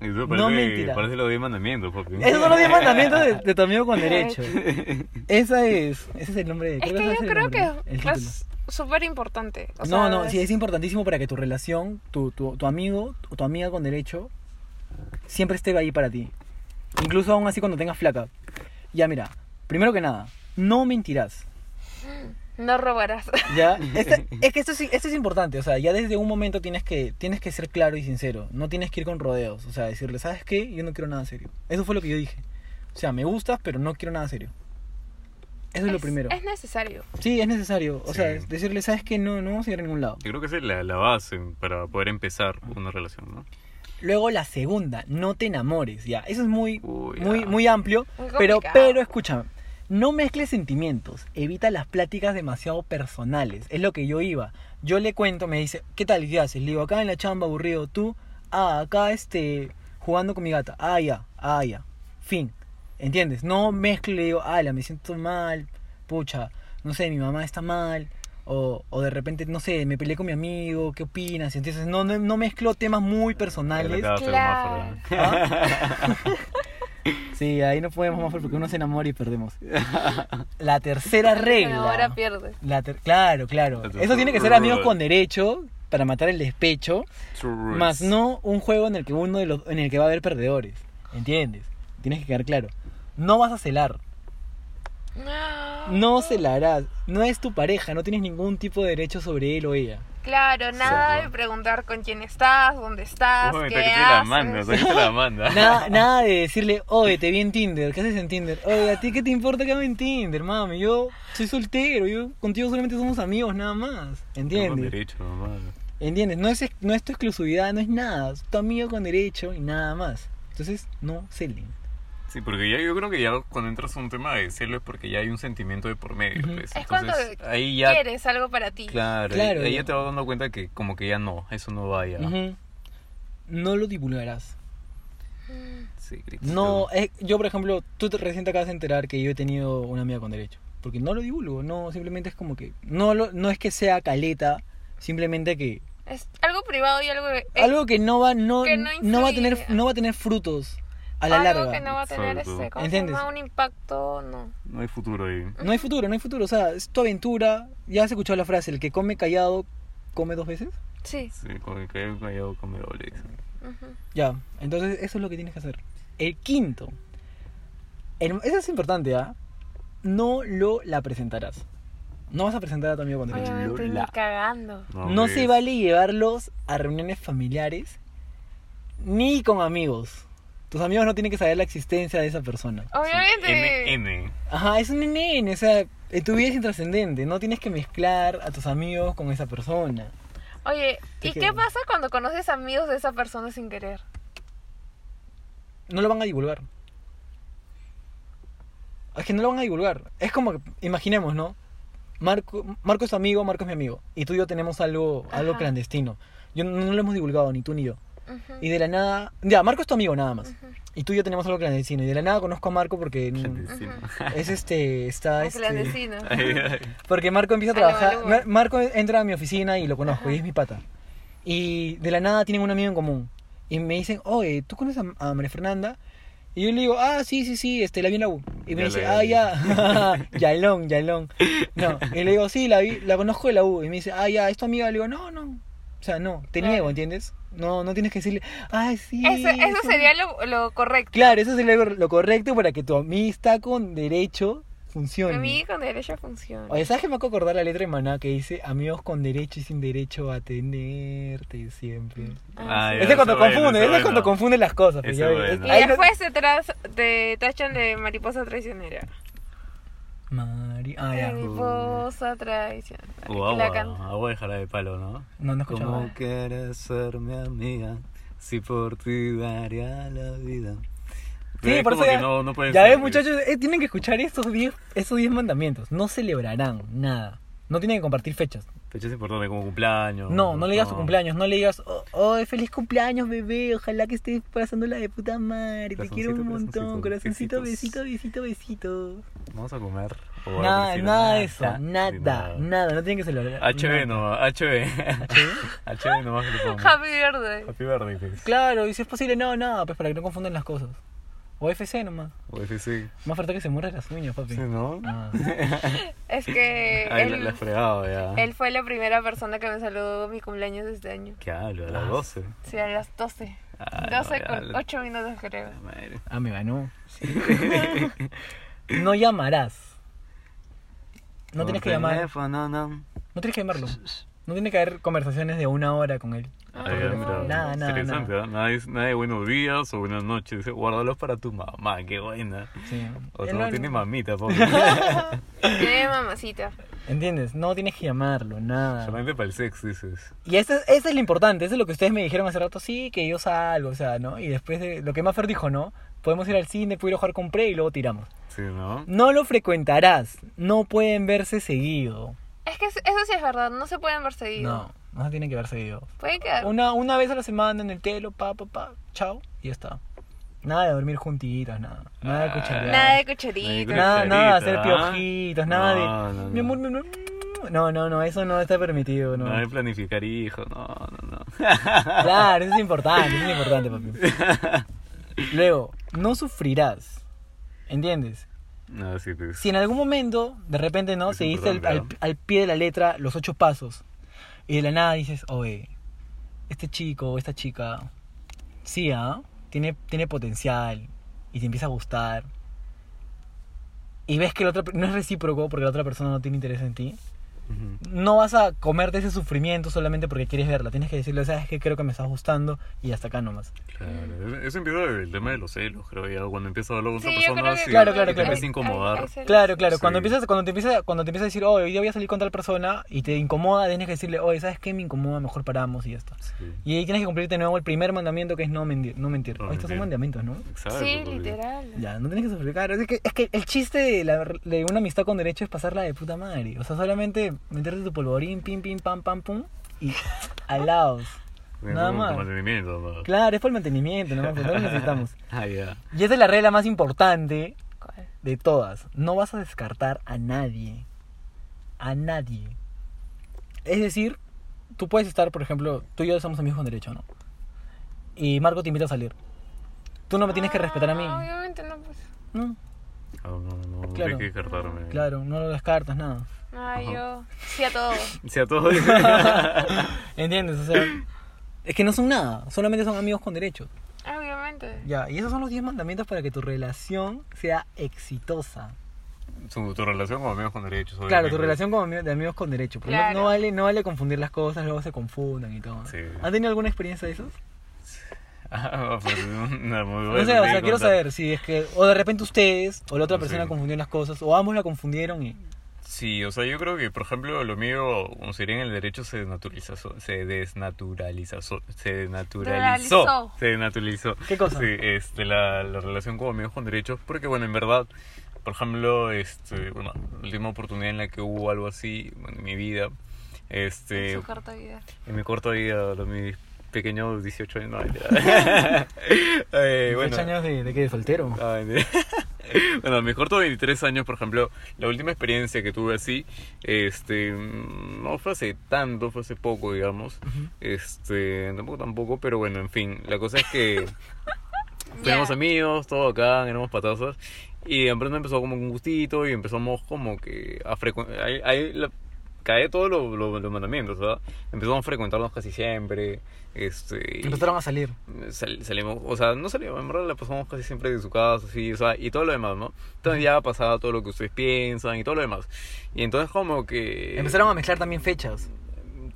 Eso
No
parece,
mentira.
parece los 10 mandamientos, papi.
Esos son los 10 mandamientos de, de tu amigo con derecho. Esa es, ese es el nombre de
Es
Eh, ese
que yo
el
creo
nombre, el
que
título.
es súper importante. O
no,
sea,
no, sí, es importantísimo para que tu relación, tu, tu, tu amigo o tu amiga con derecho, siempre esté ahí para ti. Incluso aún así cuando tengas flaca. Ya, mira, primero que nada, no mentirás.
No robarás.
¿Ya? Este- es que esto es, esto es importante, o sea, ya desde un momento tienes que, tienes que ser claro y sincero. No tienes que ir con rodeos, o sea, decirle, ¿sabes qué? Yo no quiero nada serio. Eso fue lo que yo dije. O sea, me gustas, pero no quiero nada serio. Eso es, lo primero.
Es necesario.
Sí, es necesario. O
Sí.
sea, es decirle, ¿sabes qué? No, no vamos a ir a ningún lado.
Yo creo que esa es la, la base para poder empezar una relación, ¿no?
Luego la segunda, no te enamores, ya. Eso es muy,
Uy,
muy,
ya.
muy amplio,
Muy
pero,
complicado.
pero escúchame, no mezcles sentimientos, evita las pláticas demasiado personales, es lo que yo iba. Yo le cuento, me dice, ¿qué tal? ¿Qué haces? Le digo, acá en la chamba, aburrido, tú, ah, acá este, jugando con mi gata, ah, ya, ah, ya, fin, ¿entiendes? No mezcle, le digo, ala, me siento mal, pucha, no sé, mi mamá está mal, o, o de repente, no sé, me peleé con mi amigo, ¿qué opinas? Entonces, no, no, no mezclo temas muy
Ahí
personales.
la acabas de
Claro.
armar,
¿Ah? sí, ahí no podemos más porque uno se enamora y perdemos. La tercera regla.
Ahora pierde.
La ter- claro, claro.
La tercera
Eso tiene que ser amigos
regla.
con derecho para matar el despecho,
True
más
roots.
no un juego en el que uno de los, en el que va a haber perdedores, ¿entiendes? Tienes que quedar claro. No vas a celar, no celarás, no es tu pareja, no tienes ningún tipo de derecho sobre él o ella.
Claro, nada de preguntar con quién estás, dónde estás,
Uy,
qué
te te
haces.
la manda, te te la manda.
Nada, nada de decirle, oye, te vi en Tinder, ¿qué haces en Tinder? Oye, ¿a ti qué te importa que haga en Tinder, mami? Yo soy soltero, yo contigo solamente somos amigos, nada más.
Tengo
¿Entiendes?
derecho, mamá.
¿Entiendes? No es, ex- no es tu exclusividad, no es nada. Es tu amigo con derecho y nada más. Entonces, no celen.
Sí, porque ya yo creo que ya cuando entras a un tema de celo es porque ya hay un sentimiento de por medio.
Ujú.
pues.
Es cuando
Entonces, ahí ya.
quieres algo para ti.
Claro,
Claro,
ahí
ya.
ya te vas dando cuenta que como que ya no, eso no va ya.
Ujú. No lo divulgarás.
Sí, Cristo.
No, eh, yo, por ejemplo, tú te, recién te acabas de enterar que yo he tenido una amiga con derecho. Porque no lo divulgo, no, simplemente es como que. No, lo, no es que sea caleta, simplemente que
Es algo privado y algo, eh,
algo que no va no,
que no
no va a tener
influye.
no va a tener frutos a la
algo
larga
que no va a tener
Exacto.
este, ¿cómo se
¿Entiendes?
llama? un impacto, no.
No hay futuro ahí.
no hay futuro no hay futuro o sea es tu aventura ya has escuchado la frase el que come callado come dos veces
Sí.
Sí, con el que con el con doble.
ujú.
ya entonces eso es lo que tienes que hacer el quinto el- eso es importante ah no lo la presentarás no vas a presentar a tu amigo con derecho
Obviamente ni
Lola.
cagando.
no
pues.
se vale llevarlos a reuniones familiares ni con amigos tus amigos no tienen que saber la existencia de esa persona
Es un
Obviamente.
NN.
Ajá, es un nene, o sea, eh, tu vida es intrascendente, no tienes que mezclar a tus amigos con esa persona.
Oye,
Te
¿y qué
quedo.
pasa cuando conoces amigos de esa persona sin querer?
No lo van a divulgar. Es que no lo van a divulgar. Es como que, imaginemos, ¿no? Marco, Marco es tu amigo, Marco es mi amigo. Y tú y yo tenemos algo, algo
Ajá.
clandestino. Yo no, no lo hemos divulgado, ni tú ni yo.
Ujú.
Y de la nada. Ya, Marco es tu amigo nada más.
Ujú.
Y tú y yo tenemos algo clandestino. Y de la nada conozco a Marco porque mm,
Clandestino.
es este. Está.
Un
este-
clandestino.
Ah, Ay, ay.
Porque Marco empieza a
A lo
trabajar.
Maluma.
Mar- Marco entra a mi oficina y lo conozco,
Ajá.
y es mi pata. Y de la nada tienen un amigo en común. Y me dicen, oye, ¿tú conoces a, a María Fernanda? Y yo le digo, ah, sí, sí, sí, este, la vi en la U. Y me
Ya
dice,
la
ah,
vi.
ya, Yalón, Yalón. No, y le digo, sí, la, vi, la conozco de la U. Y me dice, ah, ya, ¿es tu amiga? Le digo, no, no. O sea, no, te
Claro.
niego, ¿entiendes? No, no tienes que decirle, ah, sí.
Eso, eso
sí".
sería lo, lo correcto.
Claro, eso sería lo, lo correcto para que tu amistad con derecho funcione.
A mí con derecho funciona.
Oye, ¿sabes que me acuerdo acordar la letra de Maná que dice amigos con derecho y sin derecho a tenerte siempre?
Ah,
Ay,
sí.
Mm. Ese es cuando
eso bueno,
confunde,
eso
ese es cuando
bueno.
confunde las cosas. pues,
Eso
ya ves.
bueno.
Y
Ahí no-
después te, tras- te tachan de mariposa traicionera.
Mari... Ah, ya.
Mariposa traicionera.
O
La canta.
agua, agua de jara de palo, ¿no?
No, no escuchaba.
¿Cómo quieres ser mi amiga? Si por ti daría la vida. es
por eso
como
ya-
que no, no puede
Ya
ser,
ves,
pues.
muchachos, eh, tienen que escuchar estos 10 esos 10 mandamientos. No celebrarán nada. No tienen que compartir fechas.
Fechas importantes como cumpleaños.
No, no le digas tu cumpleaños, no le digas, oh, oh, feliz cumpleaños, bebé, ojalá que estés pasándola de puta madre, te quiero
Corazoncito,
un montón,
corazoncito,
corazoncito, besito, besito, besito.
Vamos a comer. o algo
Nada,
así,
nada de eso,
de
nada, nada, no tienen que celebrar.
HB
nada.
nomás, HB. HB nomás que le pongo.
Happy birthday.
Happy birthday, pues.
Claro, y si es posible, no, nada, pues para que no confundan las cosas. O FC nomás,
O FC.
más falta que se mueran las uñas, papi.
Pues Sí, ¿no?
Ah.
Es que
Ahí la,
él,
la he fregado ya.
él fue la primera persona que me saludó mi cumpleaños de este año.
¿Qué hablo? A
Ah.
las 12.
Sí, a las 12.
Ay,
12
no, ya
con
la-
8 minutos creo.
la madre.
Ah, me ganó. no llamarás. No
Por
tienes que llamar,
teléfono, no.
no tienes que llamarlo. No tiene que haber conversaciones de una hora con él.
Ah, ya, mira,
Nada, nada,
Interesante, ¿eh? Nadie, nadie buenos días o buenas noches. Dice, Guárdalos para tu mamá, qué buena.
Sí.
O
Él
sea, no
no-
tiene mamita, pobre.
Tiene mamacita.
¿Entiendes? No tienes que llamarlo, nada.
Solamente para el sexo, dices.
Y eso es, eso es lo importante, eso es lo que ustedes me dijeron hace rato, sí, que yo salgo, o sea, ¿no? Y después de lo que Maffer dijo, ¿no? Podemos ir al cine, puedo ir a jugar con Prey y luego tiramos.
Sí, ¿no?
No lo frecuentarás, no pueden verse seguido.
Es que es- eso sí es verdad, no se pueden ver seguido.
No, no se tienen que ver seguido.
Pueden quedar.
Una, una vez a la semana en el telo, pa, pa, pa, chao, y ya está. Nada de dormir juntitos, nada. Nada de
Ah.
cucharear.
Nada de
Nadie
cucharitas.
cuchara-
Nada, nada de hacer
Clarita, ¿ah?
piojitos, nada
No,
de.
no,
Mi
no.
amor, mi amor. No, no, no, eso no está permitido, no.
No hay planificar hijo, no, no, no.
Claro, eso es importante, eso es importante, papi. Luego, no sufrirás. ¿Entiendes?
No, sí, pues.
Si en algún momento, de repente, ¿no?
Es
Seguiste al, al,
importante,
al pie de la letra los ocho pasos y de la nada dices, oye, este chico o esta chica, sí, ¿ah? Tiene, tiene potencial y te empieza a gustar. Y ves que la otra, per- no es recíproco porque la otra persona no tiene interés en ti.
Ujú.
no vas a comerte ese sufrimiento solamente porque quieres verla. Tienes que decirle, sabes que creo que me estás gustando y hasta acá nomás.
Claro, eso empieza el tema de los celos, creo ya. Cuando empiezas a hablar con otra
Sí, yo
persona,
creo que.
sí,
Claro, claro,
te
claro.
empieza a incomodar.
Hay- hay- hay
Claro, claro.
Sí.
Cuando empiezas, cuando te empieza, cuando te empieza a decir, oh, hoy día voy a salir con tal persona y te incomoda, tienes que decirle, oye, ¿sabes qué? Me incomoda, mejor paramos y ya está.
Sí.
Y ahí tienes que cumplir de nuevo el primer mandamiento que es no mentir. No mentir.
No
Oh, estos son
mentir.
mandamientos, ¿no?
Exacto,
Sí,
porque-
literal.
Ya, no tienes que sufrir. Es que, es que el chiste de, la- de una amistad con derecho es pasarla de puta madre. O sea, solamente meterte tu polvorín, pim, pim, pam, pam, pum y alaos.
Tienes
Nada
un
más.
mantenimiento, ¿no?
Claro, es por el mantenimiento, ¿no? Nosotros necesitamos.
Ah, ya.
Y esa es la regla más importante
¿Cuál?
de todas. No vas a descartar a nadie. A nadie. Es decir, tú puedes estar, por ejemplo, tú y yo somos amigos con derecho, ¿no? Y Marco te invita a salir. Tú no me tienes que respetar a mí.
Ah, Obviamente no, pues.
No,
Ah, No, no, no, no
Claro.
tengo que descartarme.
claro, no lo descartas, nada.
Ay, yo. Sí a todos.
Sí, a todos.
¿Entiendes? O sea, es que no son nada, solamente son amigos con derecho.
Obviamente.
Ya, y esos son los 10 mandamientos para que tu relación sea exitosa.
Su, tu relación con amigos con derechos.
Claro, tu
obviamente.
relación con ami- de amigos con derecho. porque no-
Claro.
no, vale, no vale confundir las cosas, luego se confundan y todo.
Sí.
¿Han tenido alguna experiencia de esos?
Ah, pues, no, muy
No
bueno,
sé, o
sí,
sea, quiero
contar.
saber si es que o de repente ustedes o la otra
Sí.
persona confundió las cosas o ambos la confundieron y...
Sí, o sea, yo creo que, por ejemplo, lo mío, como sería en el derecho, se desnaturalizó. Se desnaturalizó. Se desnaturalizó.
Realizó.
Se desnaturalizó.
¿Qué cosa?
Sí, este, la, la relación con amigos con derechos. Porque, bueno, en verdad, por ejemplo, este, bueno, la última oportunidad en la que hubo algo así bueno, en mi vida, este,
Su carta de vida.
en mi corta vida, los mis pequeños 18 años, no, mentira. Eh,
18
bueno,
años de, de qué? ¿De soltero?
Ah, mentira. bueno, a mi corto 23 años, por ejemplo, la última experiencia que tuve así, este, mm, no fue hace tanto, fue hace poco, digamos, este, tampoco tampoco, pero bueno, en fin, la cosa es que fuimos
Ya.
amigos, todo acá, éramos patazos, y de pronto empezó como un gustito y empezamos como que a frecuentar, ahí, ahí la- cae todos los- los- los mandamientos, ¿verdad? Empezamos a frecuentarnos casi siempre, este... y-
Empezaron a salir.
Sal- salimos, o sea, no salimos, en verdad la pasamos casi siempre de su casa, así, o sea, y todo lo demás, ¿no? Entonces ya pasaba todo lo que ustedes piensan y todo lo demás. Y entonces como que...
Empezaron a mezclar también fechas.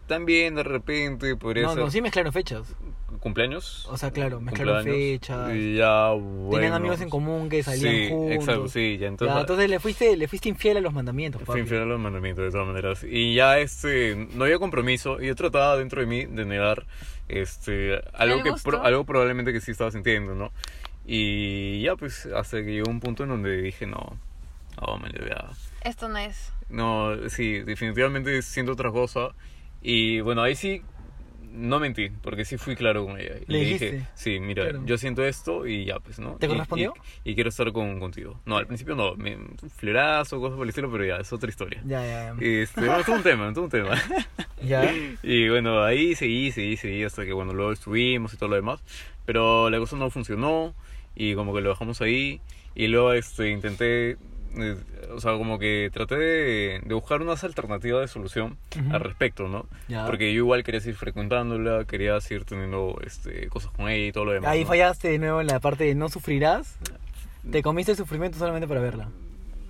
También de repente podría
No,
ser
no, sí mezclaron fechas.
cumpleaños.
O sea, claro, mezclaron
cumpleaños,
fechas.
Y ya, bueno.
Tenían amigos en común que salían
sí,
juntos.
exacto, sí, ya entonces...
Ya, entonces le fuiste, le fuiste infiel a los mandamientos,
Fui
papi.
infiel a los mandamientos, de todas maneras. Y ya, este, no había compromiso. Y yo trataba dentro de mí de negar, este, algo
El
que,
gusto.
pro- algo probablemente que sí estaba sintiendo, ¿no? Y ya, pues, hasta que llegó un punto en donde dije, no, no, me voy a...
Esto no es.
No, sí, definitivamente siento otra cosa. Y bueno, ahí sí, no mentí, porque sí fui claro con ella. Y
¿Le
dije,
dijiste?
sí, mira,
Claro.
yo siento esto y ya, pues, ¿no?
¿Te
Y-
correspondió?
Y, y quiero estar con, contigo. No, al principio no, me, un flerazo, cosas por el estilo, pero ya, es otra historia.
Ya, ya.
Este, bueno, todo un tema, todo un tema.
Ya.
Y bueno, ahí seguí, seguí, seguí hasta que bueno, luego estuvimos y todo lo demás. Pero la cosa no funcionó y como que lo dejamos ahí. Y luego este, intenté, eh, o sea, como que traté de, de buscar unas alternativas de solución
Ujú.
al respecto, ¿no?
Ya.
Porque yo igual quería seguir frecuentándola, quería seguir teniendo este, cosas con ella y todo lo demás.
Ahí
¿no?
fallaste de nuevo en la parte de no sufrirás. Te comiste el sufrimiento solamente para verla.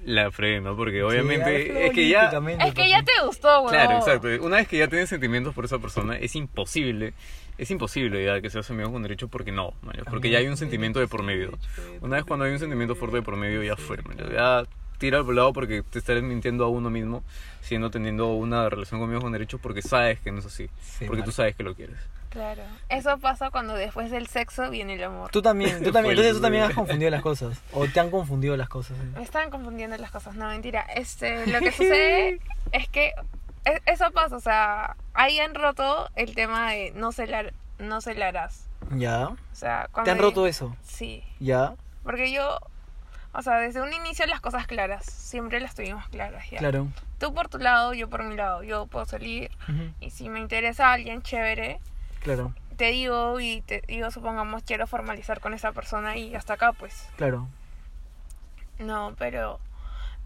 La freno, porque
Sí,
obviamente
ahí fue
es que ya...
olímpicamente,
Es que
papi.
ya te gustó, güey.
Claro, exacto. Una vez que ya tienes sentimientos por esa persona, es imposible, es imposible ya que seas amigo con derecho porque no, mañas, porque ya hay un sentimiento de por medio. Una vez cuando hay un sentimiento fuerte de por medio, ya fue, mañas, ya tira al lado porque te estarás mintiendo a uno mismo, siendo teniendo una relación conmigo con derecho porque sabes que no es así,
Sí,
porque
marica.
tú sabes que lo quieres.
Claro. Eso pasa cuando después del sexo viene el amor.
Tú también, tú también,
Fue el-
entonces tú también has confundido las cosas. O te han confundido las cosas. ¿eh?
Me están confundiendo las cosas, no mentira. Este, lo que sucede es que e- eso pasa, o sea, ahí han roto el tema de no celar, no celarás.
Ya.
O sea, cuando
Te han roto eso.
Sí,
Ya.
porque yo, o sea, desde un inicio las cosas claras, siempre las tuvimos claras ya.
Claro.
Tú por tu lado, yo por mi lado, yo puedo salir
Ujú,
y si me interesa alguien chévere,
Claro,
te digo y te digo, supongamos, quiero formalizar con esa persona y hasta acá, pues.
claro.
No, pero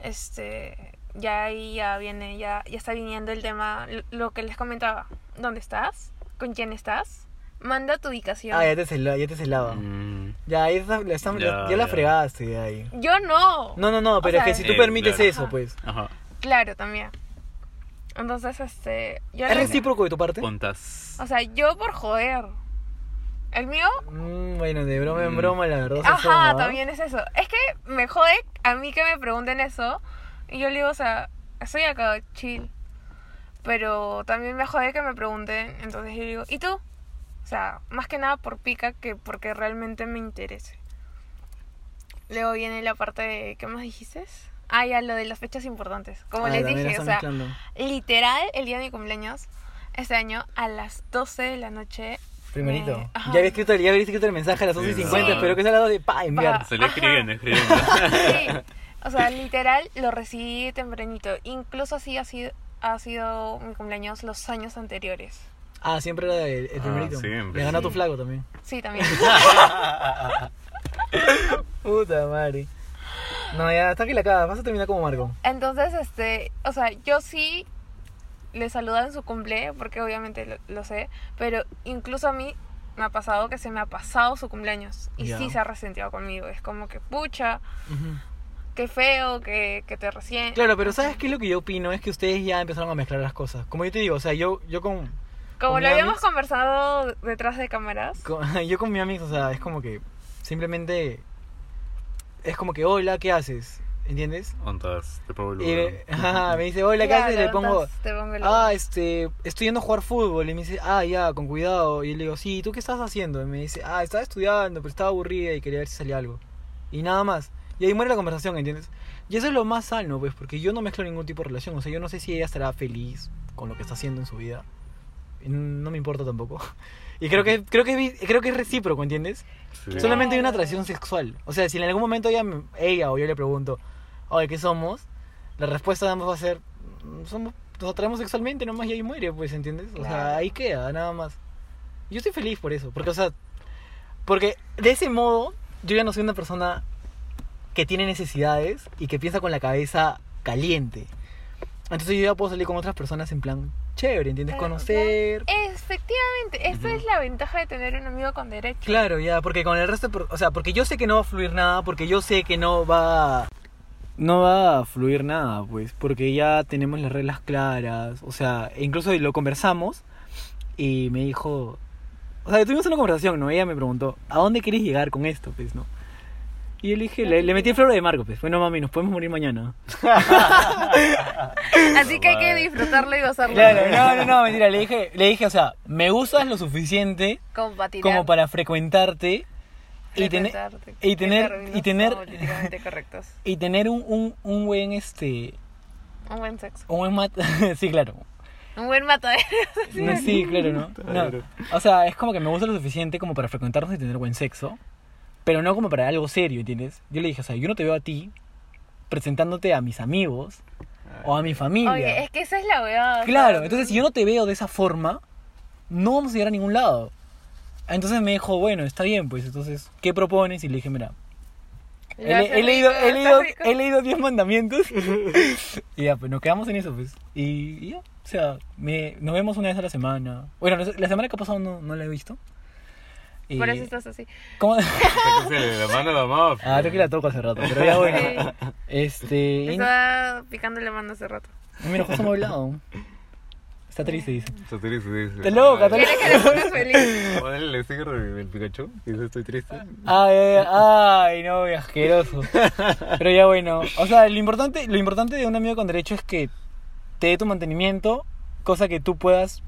este ya ahí ya viene, ya, ya está viniendo el tema, lo- lo que les comentaba. ¿Dónde estás? ¿Con quién estás? Manda tu ubicación.
Ah, ya te celaba. Ya, te celaba.
Mm,
ya, ahí esa- la, están-
Ya,
ya la
ya.
fregaste de ahí.
Yo no.
No, no, no, pero
sea,
es que si tú
Eh,
permites
claro.
eso, pues.
Ajá.
Claro, también. Entonces, este, yo
¿Es
les-
recíproco de tu parte?
Contas.
o sea, yo por joder. El mío,
Mm, bueno, de broma en
Mm.
broma, la verdad. se
ajá,
asoma, ¿ah?
también es eso. Es que me jode a mí que me pregunten eso y yo le digo, o sea, estoy acá chill. Pero también me jode que me pregunten, entonces yo digo, ¿y tú? O sea, más que nada por pica que porque realmente me interese. Luego viene la parte de, ¿qué más dijiste? Ah, ya, lo de las fechas importantes. Como
Ah,
les
también la
dije, o
están
sea,
mezclando.
literal, el día de mi cumpleaños, este año, a las 12 de la noche.
Primerito.
eh, ajá.
ya, había escrito, ya había escrito el mensaje a las
Sí,
11.50,
no.
pero que sea a las 2 de pa, enviar.
Pa.
Se le
Ajá.
escriben, escribiendo.
Sí, o sea, literal lo recibí tempranito. Incluso así ha sido, ha sido mi cumpleaños los años anteriores.
Ah, siempre era el, el
Ah,
primerito.
siempre,
Le
sí.
ganó
Ah,
tu flaco también.
Sí, también.
Puta madre. No, ya, hasta que la cagas. Vas a terminar como Marco.
Entonces, este, o sea, yo sí le saludaba en su cumple, porque obviamente lo, lo sé, pero incluso a mí me ha pasado que se me ha pasado su cumpleaños y
Ya.
sí se ha resentido conmigo. Es como que, pucha, qué feo, que, que te recién.
Claro, pero ¿sabes qué es lo que yo opino? Es que ustedes ya empezaron a mezclar las cosas. Como yo te digo, o sea, yo, yo con,
Como
con
lo
mi
habíamos
amis-
conversado detrás de cámaras.
con- yo con mi amigo, o sea, es como que simplemente es como que, hola, ¿qué haces? ¿Entiendes?
Contas, te puedo
Y me, ajá, me dice, hola, ¿qué
Claro,
haces? Le pongo,
entonces te pongo el-
ah, este, estoy yendo a jugar fútbol. Y me dice, ah, ya, con cuidado. Y le digo, sí, ¿tú qué estás haciendo? Y me dice, ah, estaba estudiando, pero estaba aburrida y quería ver si salía algo. Y nada más. Y ahí muere la conversación, ¿entiendes? Y eso es lo más sano, pues, porque yo no mezclo ningún tipo de relación. O sea, yo no sé si ella estará feliz con lo que está haciendo en su vida. Y No me importa tampoco. Y creo que, creo que, es vi- creo que es recíproco, ¿entiendes? Solamente hay una atracción sexual. O sea, si en algún momento ella, me- ella o yo le pregunto, oye, ¿qué somos? La respuesta de ambos va a ser, "Mm, somos, nos atraemos sexualmente nomás y ahí muere, pues, ¿entiendes? O
Claro.
sea, ahí queda, nada más. Yo estoy feliz por eso, porque, o sea, porque de ese modo yo ya no soy una persona que tiene necesidades y que piensa con la cabeza caliente. Entonces yo ya puedo salir con otras personas en plan chévere, ¿entiendes?
Claro,
Conocer.
Efectivamente, esta
Ujú.
es la ventaja de tener un amigo con derecho.
Claro, ya, porque con el resto, por- o sea, porque yo sé que no va a fluir nada, porque yo sé que no va... No va a fluir nada, pues, porque ya tenemos las reglas claras, o sea, e incluso lo conversamos y me dijo... O sea, tuvimos una conversación, ¿no? Ella me preguntó, ¿a dónde quieres llegar con esto, pues, no? Y yo le dije, le, le metí el flor de Marco, pues, bueno, mami, nos podemos morir mañana.
Así que hay que disfrutarlo y gozarlo.
Claro, no, no, no, mentira, le dije, le dije, o sea, me gustas lo suficiente
Como para tirar.
como para frecuentarte y, tener-
Tratar de-
y
de
tener-
términos
y tener-
políticamente correctos.
y tener un, un, un buen este
Un buen sexo.
un buen mat sí claro
Un buen matadero.
no, sí claro no,
Claro.
No. o sea es como que me gusta lo suficiente como para frecuentarnos y tener buen sexo pero no como para algo serio entiendes yo le dije o sea yo no te veo a ti presentándote a mis amigos o a mi familia
Oye, es que mm. esa es la weá.
Claro, entonces si yo no te veo de esa forma, no vamos a llegar a ningún lado. Entonces me dijo, bueno, está bien, pues entonces, ¿qué propones? Y le dije, mira, he, le- he leído, he, leído, he leído 10 mandamientos. y ya, pues nos quedamos en eso, pues. Y, y ya, o sea, me- nos vemos una vez a la semana. Bueno, la- la semana que ha pasado no, no la he visto. Y-
Por eso estás así.
¿cómo?
La mano a la mafia.
ah, creo que la toco hace rato, pero ya bueno. Este... y-
Estaba picando la mano hace rato.
Mira, justo me ha hablado. Está triste, dice.
Está triste, dice.
Está loca, está
¿Quieres que le pongas feliz?
Ponle el sticker del del Pikachu. Dice, estoy triste.
Ay, ay, Ah, ay, no, asqueroso. Pero ya bueno, o sea, lo importante, lo importante de un amigo con derecho es que te dé tu mantenimiento, cosa que tú puedas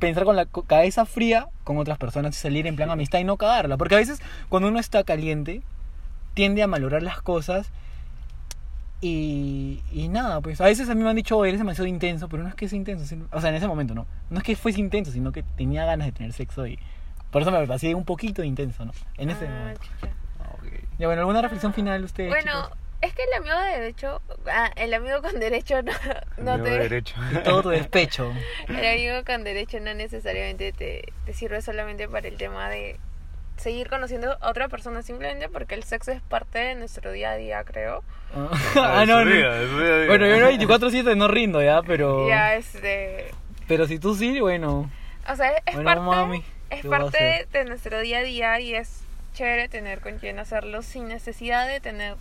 pensar con la co- cabeza fría con otras personas y salir en plan amistad y no cagarla. Porque a veces cuando uno está caliente, tiende a malograr las cosas. Y, y nada, pues a veces a mí me han dicho, "Oh, eres demasiado intenso, pero no es que es intenso, sino- o sea, en ese momento no. No es que fuese intenso, sino que tenía ganas de tener sexo y por eso me parecía un poquito intenso, ¿no? En ese
Ah,
momento.
chucha.
Ah, ok.
Ya, bueno, ¿alguna reflexión final ustedes?
Bueno,
chicos?
es que el amigo de derecho, ah, el amigo con derecho no, no
Nuevo
te,
derecho.
Todo tu despecho.
el amigo con derecho no necesariamente te, te sirve solamente para el tema de seguir conociendo a otra persona simplemente porque el sexo es parte de nuestro día a día, creo.
ah, no, no. Bueno, yo no 24-7 no rindo ya, pero.
Ya este,
Pero si tú sí, bueno.
o sea, es
Bueno,
parte,
mami,
es
¿qué vas a
parte
hacer?
de nuestro día a día y es chévere tener con quien hacerlo sin necesidad de tener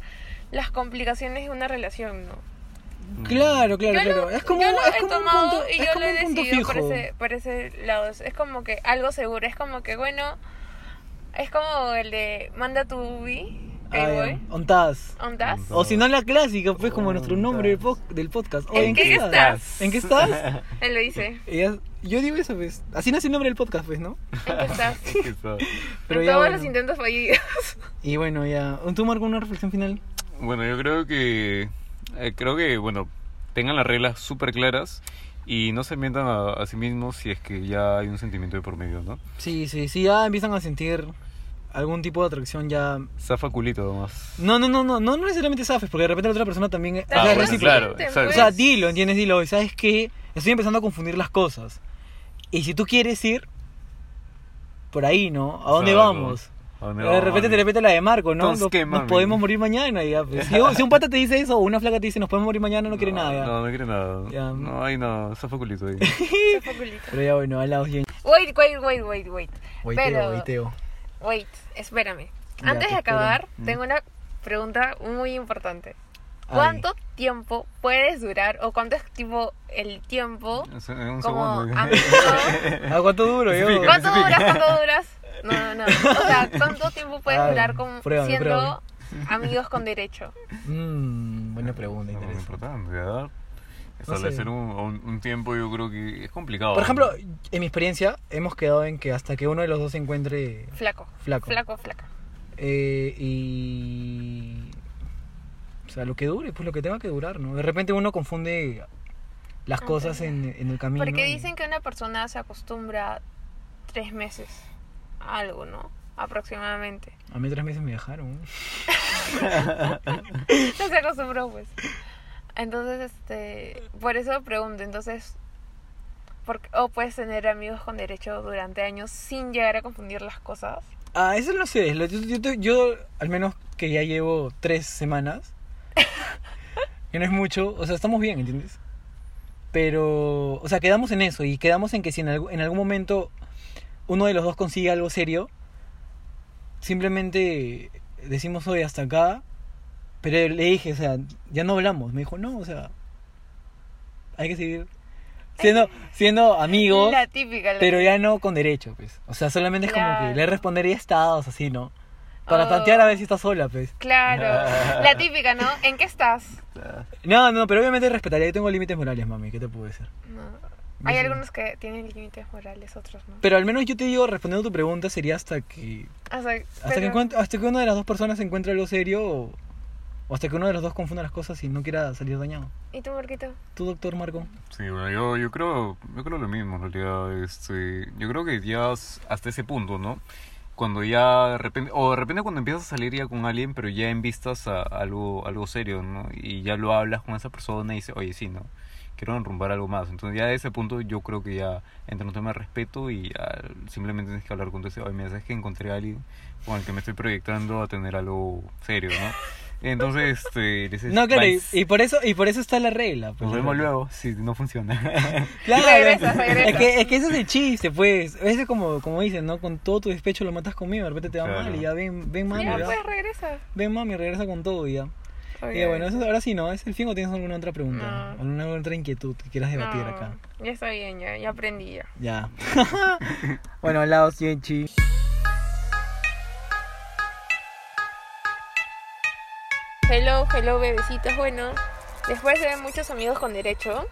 las complicaciones de una relación, ¿no?
Mm.
Mm. Claro, claro,
Yo lo-
claro. Es como,
yo lo
es
he
como un
tomado
punto,
y
es
yo
como
lo he
un punto
decidido
fijo.
por ese, por ese lado. Es como que algo seguro. Es como que, bueno, es como el de manda tu ubi, ahí
Ah, ya.
voy,
Ontás.
Ondas.
ondas.
O si no la clásica, pues como nuestro
Ontás.
nombre del, po- del podcast. Oh,
¿En qué
estás?
¿En qué estás?
Él lo dice.
Y ya- yo digo eso, pues. Así nace el nombre del podcast, pues, ¿no?
¿En qué estás?
Quizá.
Pero
en
ya,
todos
bueno. Ah,
los intentos fallidos.
Y bueno, ya. ¿Tú, Marco, una reflexión final?
Bueno, yo creo que. eh, creo que, bueno, tengan las reglas súper claras y no se mientan a, a sí mismos si es que ya hay un sentimiento de por medio, ¿no?
Sí, sí, sí. Ya empiezan a sentir algún tipo de atracción ya
Zafa culito, nomás.
No, no, no, no, no, no necesariamente zafes, porque de repente la otra persona también. o sea,
bueno,
es recíproco.
claro,
O
Pues.
sea, dilo, ¿entiendes? Dilo. Y sabes que estoy empezando a confundir las cosas. Y si tú quieres ir, por ahí, ¿no? ¿A dónde
Claro.
vamos?
¿A dónde
de
vamos,
repente
mami?
te repete la de Marco, ¿no?
Entonces,
Nos,
¿qué,
nos
mami?
podemos morir mañana. y Ya, pues. si, si un pata te dice eso, o una flaca te dice nos podemos morir mañana, no quiere nada. ya.
No, no quiere nada.
Ya.
No, ahí no, zafa culito ahí.
Pero ya, bueno, al lado bien.
Wait, wait, wait, wait, wait.
Oiteo,
Pero-
oiteo.
Wait, espérame.
Ya,
Antes
te
de
espero. Mm.
acabar, tengo una pregunta muy importante.
Ay.
¿Cuánto tiempo puedes durar o cuánto es tipo el tiempo
Es Un
como
segundo.
amigo
¿A Ah, cuánto duro yo?
Explica.
¿Cuánto duras? ¿Cuánto duras? No, no, no. O sea, ¿cuánto tiempo puedes
Ah,
durar con,
pruébame,
siendo
pruébame.
amigos con derecho?
Mm, buena pregunta,
No, muy
interesante.
importante, ¿verdad? Establecer un, un- un tiempo yo creo que es complicado.
Por ejemplo, en mi experiencia, hemos quedado en que hasta que uno de los dos se encuentre
Flaco.
flaco.
Flaco, flaca.
eh, y. O sea, lo que dure, pues lo que tenga que durar, ¿no? De repente uno confunde las cosas en, en el camino.
Ah, Porque
y-
dicen que una persona se acostumbra tres meses a algo, ¿no? Aproximadamente.
A mí tres meses me dejaron.
No se acostumbró, pues. Entonces, este. Por eso pregunto, entonces. ¿por qué- ¿O puedes tener amigos con derecho durante años sin llegar a confundir las cosas?
Ah, eso no sé. lo- Yo, yo- yo, al menos que ya llevo tres semanas, que no es mucho, o sea, estamos bien, ¿entiendes? Pero, o sea, quedamos en eso y quedamos en que si en, algu- en algún momento uno de los dos consigue algo serio, simplemente decimos hoy hasta acá, pero le dije, o sea, ya no hablamos. Me dijo, no, o sea, hay que seguir siendo, siendo amigos.
La típica, la
Pero ya no con derecho, pues. O sea, solamente es como
Claro.
que le respondería estados así, ¿no? Para
Oh.
tantear a ver si está sola, pues.
Claro, la típica, ¿no? ¿En qué estás?
No, no, pero obviamente respetaría. Yo tengo límites morales, mami. ¿Qué te puedo decir?
No. Hay
Yo sí.
algunos que tienen límites morales, otros no.
Pero al menos yo te digo, respondiendo a tu pregunta, sería hasta que.
O sea,
Hasta,
pero-
que, encuent- hasta que una de las dos personas encuentre algo serio o, o hasta que uno de los dos confunda las cosas y no quiera salir dañado.
¿Y tú, Marquito?
¿Tú, doctor Marco?
Sí, bueno, yo, yo creo, yo creo lo mismo, en realidad, este, yo creo que ya s- hasta ese punto, ¿no? Cuando ya de repente, o de repente cuando empiezas a salir ya con alguien, pero ya en vistas a algo, algo serio, ¿no? Y ya lo hablas con esa persona y dices, oye, sí, ¿no? Quiero enrumbar algo más. Entonces ya de ese punto yo creo que ya entra un tema de respeto y ya simplemente tienes que hablar con tu oye, mira, sabes que encontré a alguien con el que me estoy proyectando a tener algo serio, ¿no? Entonces, este, le dices,
No, claro, y,
"Bye".
y por eso, y por eso está la regla. pues,
Nos vemos
¿no?
luego si no funciona.
Claro,
Regresa, regresa.
Es, que, es que ese es el chiste, pues. Ese es como, como dicen, ¿no? Con todo tu despecho lo matas conmigo, de repente te va
Claro.
mal y ya ven, ven mami,
Ya,
ya.
pues regresa.
ven mami, regresa con todo y ya. Y
Obviamente.
Eh, bueno, eso- ahora sí, ¿no? ¿Es el fin o tienes alguna otra pregunta?
No.
¿Alguna otra inquietud que quieras debatir
No,
acá?
Ya está bien, ya, ya aprendí ya.
Ya. bueno, laos, Yenchi.
Hello, hello, bebecitos. Bueno, después de muchos amigos con derecho,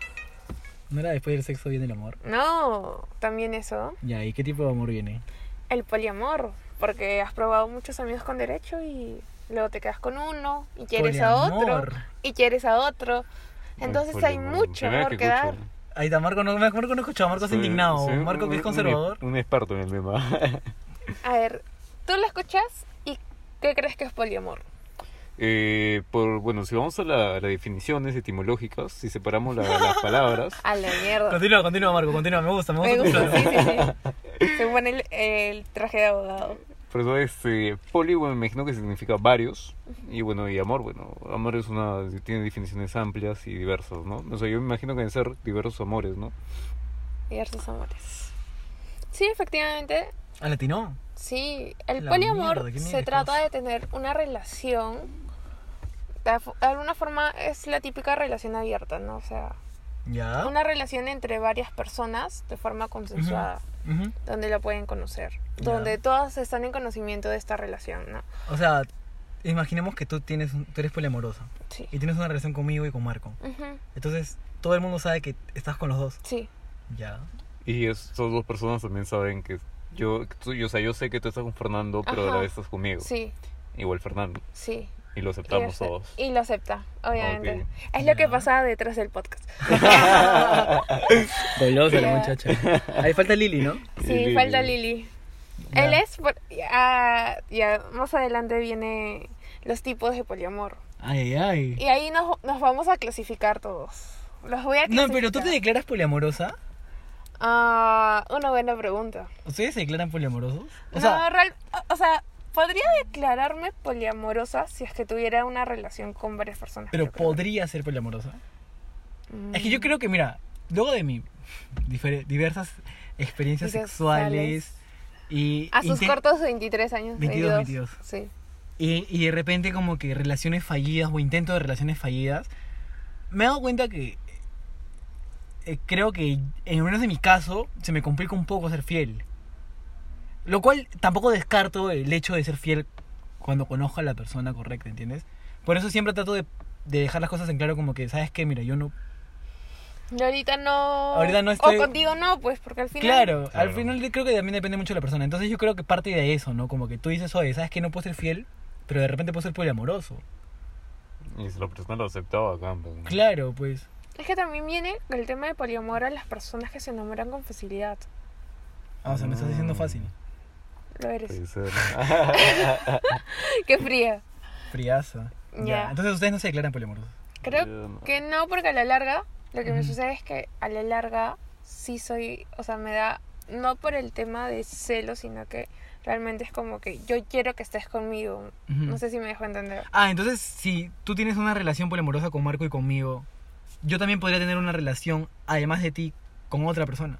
¿No era después del sexo viene el amor?
no, también eso,
Ya, ¿y qué tipo de amor viene?
el poliamor, porque has probado muchos amigos con derecho y luego te quedas con uno y quieres a
Poliamor.
otro y quieres a otro. Entonces hay mucho amor que, dar.
Ahí está, Marco no, Marco no escuchó, Marco está indignado. Marco que es conservador.
Un, experto en el tema.
A ver, tú lo escuchas y ¿qué crees que es poliamor?
Eh, por, bueno, si vamos a, la- a las definiciones etimológicas, si separamos la- las palabras,
A la mierda.
Continúa, continúa, Marco, continúa, me gusta, me gusta.
Me gusta,
escucharlo.
sí, sí, sí. Se pone el, el traje de abogado.
por eso este, poli, bueno, me imagino que significa varios, y bueno, y amor, bueno, amor es una, tiene definiciones amplias y diversas, ¿no? O sea, yo me imagino que deben ser diversos amores, ¿no?
Diversos amores. Sí, efectivamente,
Ah, latino.
Sí, el
La
poliamor
mierda, ¿qué
se
mierda
trata
es?
de tener una relación. De, af- de alguna forma es la típica relación abierta, ¿no? O sea,
Ya.
una relación entre varias personas de forma consensuada,
Ujú.
donde la pueden conocer,
Ya.
donde todas están en conocimiento de esta relación, ¿no?
O sea, imaginemos que tú, tienes, un- tú eres poliamorosa
Sí.
y tienes una relación conmigo y con Marco.
Ujú,
Entonces, todo el mundo sabe que estás con los dos.
Sí,
Ya.
Y estas dos personas también saben que yo, tú- yo, o sea, yo sé que tú estás con Fernando, pero a la
Ajá.
vez estás conmigo,
sí,
igual Fernando,
sí.
y lo
Y
aceptamos
ace-
todos.
Y lo acepta, obviamente.
Ok.
Es lo que
Ya.
pasaba detrás del podcast.
Golosa
Ya.
la muchacha. Ahí falta Lili, ¿no?
Sí,
Y Lili.
falta Lili.
Ya.
Él es. por- ah, ya, más adelante viene los tipos de poliamor.
Ay, ay,
Y
ay.
ahí nos, nos vamos a clasificar todos. Los voy a
No,
clasificar.
pero tú te declaras poliamorosa.
Ah, una buena pregunta.
¿Ustedes se declaran poliamorosos? O
no,
sea,
real- o sea, podría declararme poliamorosa si es que tuviera una relación con varias personas.
pero
yo creo.
podría ser poliamorosa.
Mm.
Es que yo creo que, mira, luego de mi difere- diversas experiencias
Diversales.
sexuales y,
A sus
inte-
cortos 23 años.
22,
22,
22.
Sí.
y, y de repente como que relaciones fallidas o intento de relaciones fallidas, me he dado cuenta que eh, creo que en menos de mi caso se me complica un poco ser fiel. Lo cual tampoco descarto el hecho de ser fiel cuando conozco a la persona correcta, ¿entiendes? Por eso siempre trato de, de dejar las cosas en claro como que, ¿sabes qué? Mira, yo no
Y ahorita no.
Ahorita no estoy-
O contigo no, pues, porque al final.
Claro,
Claro.
al final creo que también depende mucho de la persona. Entonces yo creo que parte de eso, ¿no? Como que tú dices, oye, sabes que no puedo ser fiel, pero de repente puedo ser poliamoroso.
Y si la persona lo aceptaba acá, pues, ¿no?
Claro, pues.
Es que también viene el tema de poliamor a las personas que se enamoran con facilidad.
Ah, o sea, me estás diciendo
Mm.
fácil.
Lo eres.
Puede ser. Ah,
Qué fría.
Friaza.
Ya.
Entonces ustedes no se declaran poliamorosos.
Creo
Yo no.
que no, porque a la larga, lo que me
Ujú.
sucede es que a la larga sí soy, o sea, me da, no por el tema de celo, sino que realmente es como que yo quiero que estés conmigo.
Ujú.
No sé si me dejo entender.
Ah, entonces si tú tienes una relación poliamorosa con Marco y conmigo, yo también podría tener una relación, además de ti, con otra persona.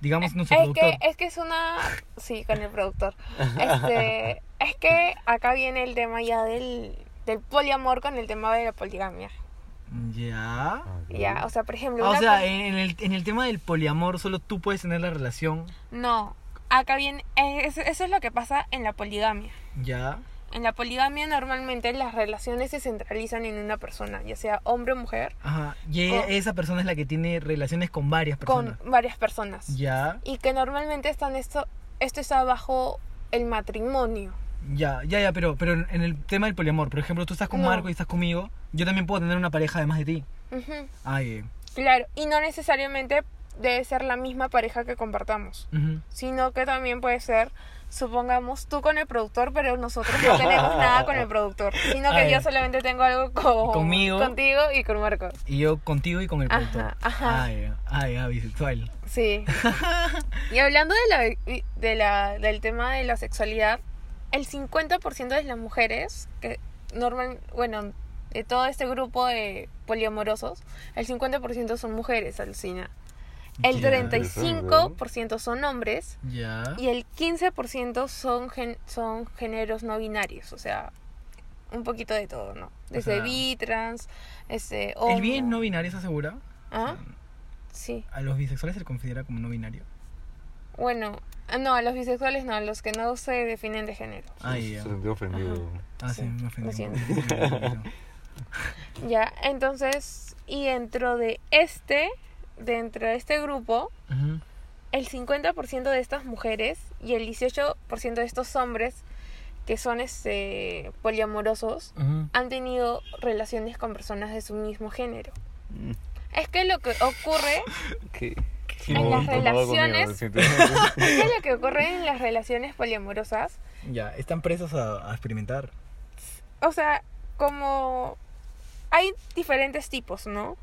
Digamos, nuestro
Eh, es
productor.
que es que es una sí con el productor este es que acá viene el tema ya del, del poliamor con el tema de la poligamia
Ya.
Ah,
ya o sea por ejemplo
Ah, o
una
sea,
per-
en el, en el tema del poliamor, solo tú puedes tener la relación.
no acá viene es- eso es lo que pasa en la poligamia
Ya.
en la poligamia normalmente las relaciones se centralizan en una persona, ya sea hombre o mujer,
Ajá. Y e-
Con-
esa persona es la que tiene relaciones con varias personas.
con varias personas.
Ya,
Y que normalmente están esto, esto está bajo el matrimonio.
ya, ya, ya, pero, pero en el tema del poliamor, por ejemplo, tú estás con
No.
Marco y estás conmigo, yo también puedo tener una pareja además de ti.
Ujú,
Ay, eh,
Claro, y no necesariamente debe ser la misma pareja que compartamos,
ujú.
sino que también puede ser, supongamos, tú con el productor, pero nosotros no tenemos nada con el productor, sino que
Ay.
yo solamente tengo algo con,
Conmigo.
contigo y con Marco.
Y yo contigo y con el
Ajá,
productor.
ajá.
Ay, eh, ay, ah, bisexual.
Sí. y hablando de la, de la, del tema de la sexualidad, el 50% de las mujeres, que normal, bueno, de todo este grupo de poliamorosos, el 50% son mujeres, alucina. El
Ya.
35% son hombres
Ya.
y el 15% son, gen- son géneros no binarios, o sea, un poquito de todo, ¿no? Desde
sea,
bi, trans, este,
¿El
homo.
bien no binario se asegura? Eh,
¿Ah? Sí.
¿A los bisexuales se les considera como no binario?
Bueno, no, a los bisexuales no, a los que no se definen de género.
Ay,
Se
ya.
sintió ofendido.
Ah,
Sí,
sí, me
lo
ofendí.
siento. Ya, entonces, y dentro de este, dentro de este grupo,
Ujú.
el 50% de estas mujeres y el 18% de estos hombres que son este, poliamorosos
Ujú.
han tenido relaciones con personas de su mismo género. Es que lo que ocurre,
¿Qué?
En las relaciones-
relaciones.
es que lo que ocurre en las relaciones poliamorosas
Ya, están presos a, a experimentar.
o sea, como hay diferentes tipos, ¿no?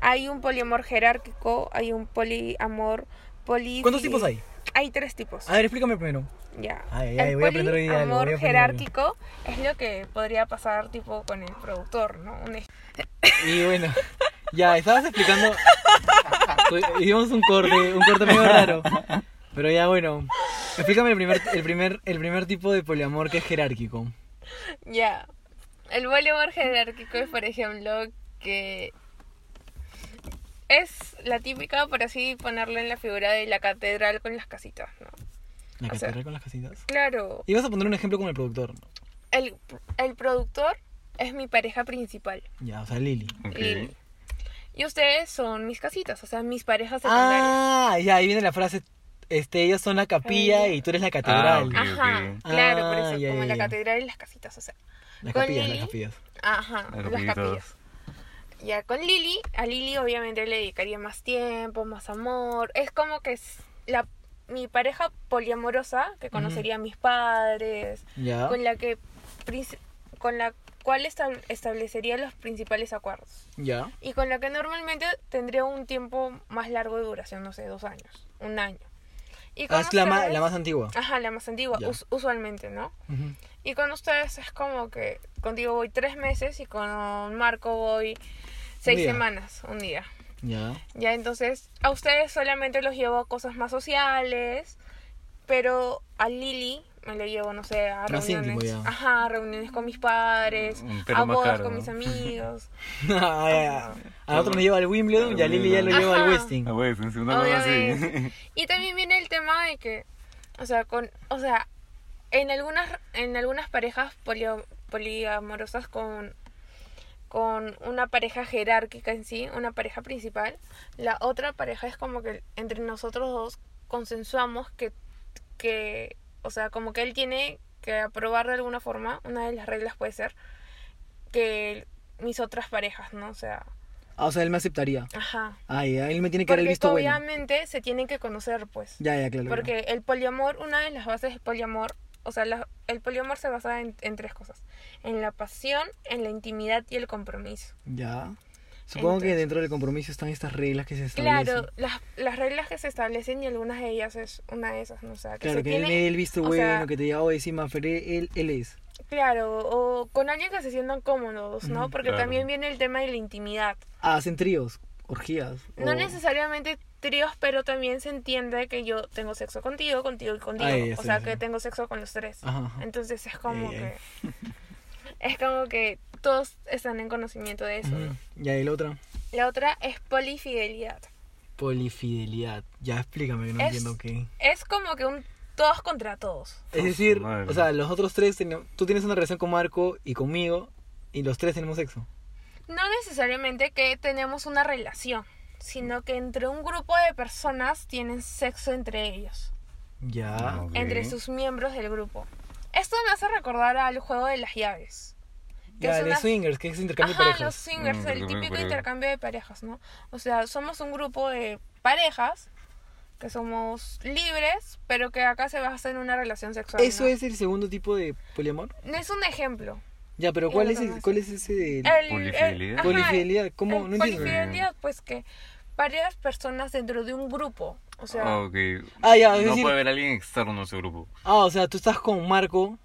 Hay un poliamor jerárquico, hay un poliamor poli.
¿Cuántos tipos hay?
Hay tres tipos.
A ver, explícame primero.
Ya.
Ay, ay,
el
voy a aprender hoy día algo, voy a
poliamor
aprender algo.
jerárquico es lo que podría pasar tipo con el productor, ¿no? Un ej-
Y bueno, ya, estabas explicando. Pues, Hicimos un corte, un corte medio raro. Pero ya, bueno. Explícame el primer, el primer, el primer tipo de poliamor que es jerárquico.
Ya. El poliamor jerárquico es, por ejemplo, que es la típica, por así ponerlo en la figura de la catedral con las casitas, ¿no?
La
O sea-
catedral con las casitas.
Claro,
Ibas a poner un ejemplo con el productor.
el, el productor es mi pareja principal,
Ya, o sea, Lili.
Lili. Y ustedes son mis casitas, o sea, mis parejas secundarias.
Ah, ya, ahí viene la frase. Este, ellas son la capilla y tú eres la catedral.
Ah, ok.
Ajá, claro, por
Ah,
eso,
ya,
como
ya,
la
ya.
catedral y las casitas, o sea.
Las
Con
capillas, las
Lili.
capillas.
Ajá,
Las
las
capillitas.
capillas. Ya con Lili, a Lili obviamente le dedicaría más tiempo, más amor. Es como que es la, mi pareja poliamorosa, que conocería a mis padres,
Ya.
con la que princ- con la cual estab- establecería los principales acuerdos.
Ya.
y con la que normalmente tendría un tiempo más largo de duración, no sé, dos años, un año. Y
Ah, es la, ma-
ustedes-
la más antigua.
Ajá, la más antigua,
Ya.
us- usualmente, ¿no?
Ujú.
Y con ustedes es como que contigo voy tres meses y con Marco voy seis
día.
semanas, un día.
Ya.
Ya, entonces a ustedes solamente los llevo a cosas más sociales, pero a Lili me lo llevo, no sé, a
Más íntimo
reuniones.
ya.
Ajá, a reuniones con mis padres,
Un perro
a
más
bodas
caro,
con
¿no?
mis amigos.
Ah, ya. Al otro nos lleva al Wimbledon y a Lili ya lo lleva al
Ajá.
Westing.
Ah, güey, en segunda cosa
Obviamente.
sí.
Y también viene el tema de que, o sea, con, o sea, en algunas, en algunas parejas polio- poliamorosas con, con una pareja jerárquica en sí, una pareja principal, la otra pareja es como que entre nosotros dos consensuamos que, que o sea, como que él tiene que aprobar de alguna forma, una de las reglas puede ser que mis otras parejas, ¿no? O sea,
Ah, o sea, él me aceptaría.
ajá.
Ah, ya, él me tiene que dar el
Porque
visto bueno.
obviamente se tienen que conocer, pues.
Ya, ya, claro. claro.
Porque el poliamor, una de las bases del poliamor, o sea, la- el poliamor se basa en, en tres cosas. En la pasión, en la intimidad y el compromiso.
Ya. Supongo que
Entonces-
dentro del compromiso están estas reglas que se establecen.
Claro, las, las reglas que se establecen y algunas de ellas es una de esas, ¿no? O sea, que
Claro,
se
que él
tiene-
me dé el visto
o
bueno,
sea-
que te diga, oye, sí, Maferé, él, él es.
Claro, o con alguien que se sientan cómodos, ¿no?
Ujú,
Porque
claro.
también viene el tema de la intimidad.
Ah, hacen tríos, orgías.
No
o-
necesariamente tríos, pero también se entiende que yo tengo sexo contigo, contigo y contigo.
Ay, ya,
o
sí,
sea,
sí.
que tengo sexo con los tres.
Ajá, ajá.
Entonces es como
Ay, ay.
que. Es como que todos están en conocimiento de eso.
Ujú. Ya, y la otra.
La otra es polifidelidad.
Polifidelidad. Ya, explícame, que no
Es-
entiendo qué.
Es como que un todos contra todos.
Es decir,
Madre.
o sea, los otros tres, tenemos- tú tienes una relación con Marco y conmigo, y los tres tenemos sexo.
No necesariamente que tenemos una relación, sino que entre un grupo de personas tienen sexo entre ellos,
Ya.
Ah, Ok.
entre sus miembros del grupo. Esto me hace recordar al juego de las llaves. que
Ya,
es
de
una-
swingers, que es intercambio
Ajá,
de parejas.
los swingers,
Mm,
el
intercambio de
típico
parejas.
intercambio de parejas, ¿no? O sea, somos un grupo de parejas que somos libres, pero que acá se basa en una relación sexual.
¿Eso
¿no?
es el segundo tipo de poliamor?
No Es un ejemplo.
Ya, pero
Y
¿cuál
lo
es, el-
demás.
cuál es ese de
El,
Polifidelidad.
Eh, ajá,
polifidelidad? ¿Cómo?
el
No entiendo.
polifidelidad, pues que varias personas dentro de un grupo. O sea,
Ok.
Ah, ya, es
no
decir-
puede haber alguien externo a ese grupo.
Ah, o sea, tú estás con Marco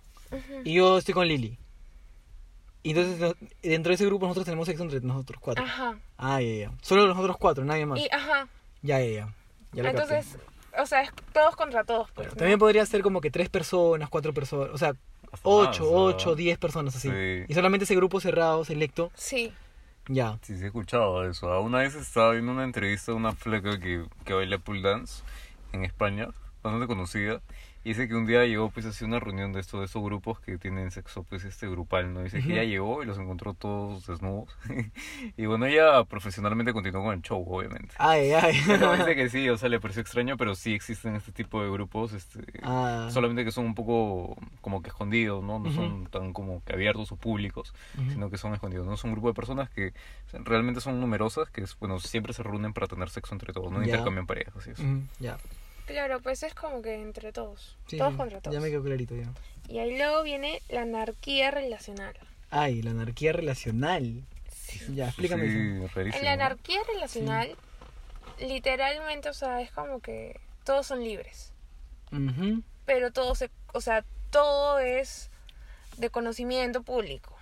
y yo estoy con Lili. Y entonces, no- dentro de ese grupo nosotros tenemos sexo entre nosotros cuatro.
ajá.
Ah, ya, ya. Solo nosotros cuatro, nadie más.
Y ajá.
Ya, ya, ya. Ya lo capté.
Entonces, o sea, es todos contra todos. Pues,
Claro,
¿no?
También podría ser como que tres personas, cuatro personas, o sea,
Hasta
ocho,
más, ¿no?
ocho, diez personas así.
Sí.
Y solamente ese grupo cerrado, selecto,
Sí.
ya.
Sí, sí he escuchado eso. Ah, Una vez estaba viendo una entrevista de una flaca que, que baila pool dance en España, bastante conocida. Y dice que un día llegó pues así a una reunión de estos, de estos grupos que tienen sexo pues este grupal, ¿no? Dice que ella llegó y los encontró todos desnudos. y bueno, ella profesionalmente continuó con el show, obviamente.
Ay, ay.
Pero dice que sí, o sea, le pareció extraño, pero sí existen este tipo de grupos, este,
Ah.
solamente que son un poco como que escondidos, ¿no? No son tan como que abiertos o públicos, sino que son escondidos, ¿no? Es un grupo de personas que o sea, realmente son numerosas, que es, bueno, siempre se reúnen para tener sexo entre todos, ¿no?
Ya. Mm,
Intercambian parejas y eso.
Ujú, Ya.
Claro, pues es como que entre todos.
Sí,
todos
sí,
contra todos.
Ya me quedó clarito ya.
Y ahí luego viene la anarquía relacional.
Ay, la anarquía relacional. Ya, explícame eso.
Sí,
En
rarísimo,
la
¿no?
anarquía relacional, literalmente, o sea, es como que todos son libres.
Ujú.
Pero todo se, o sea, todo es de conocimiento público.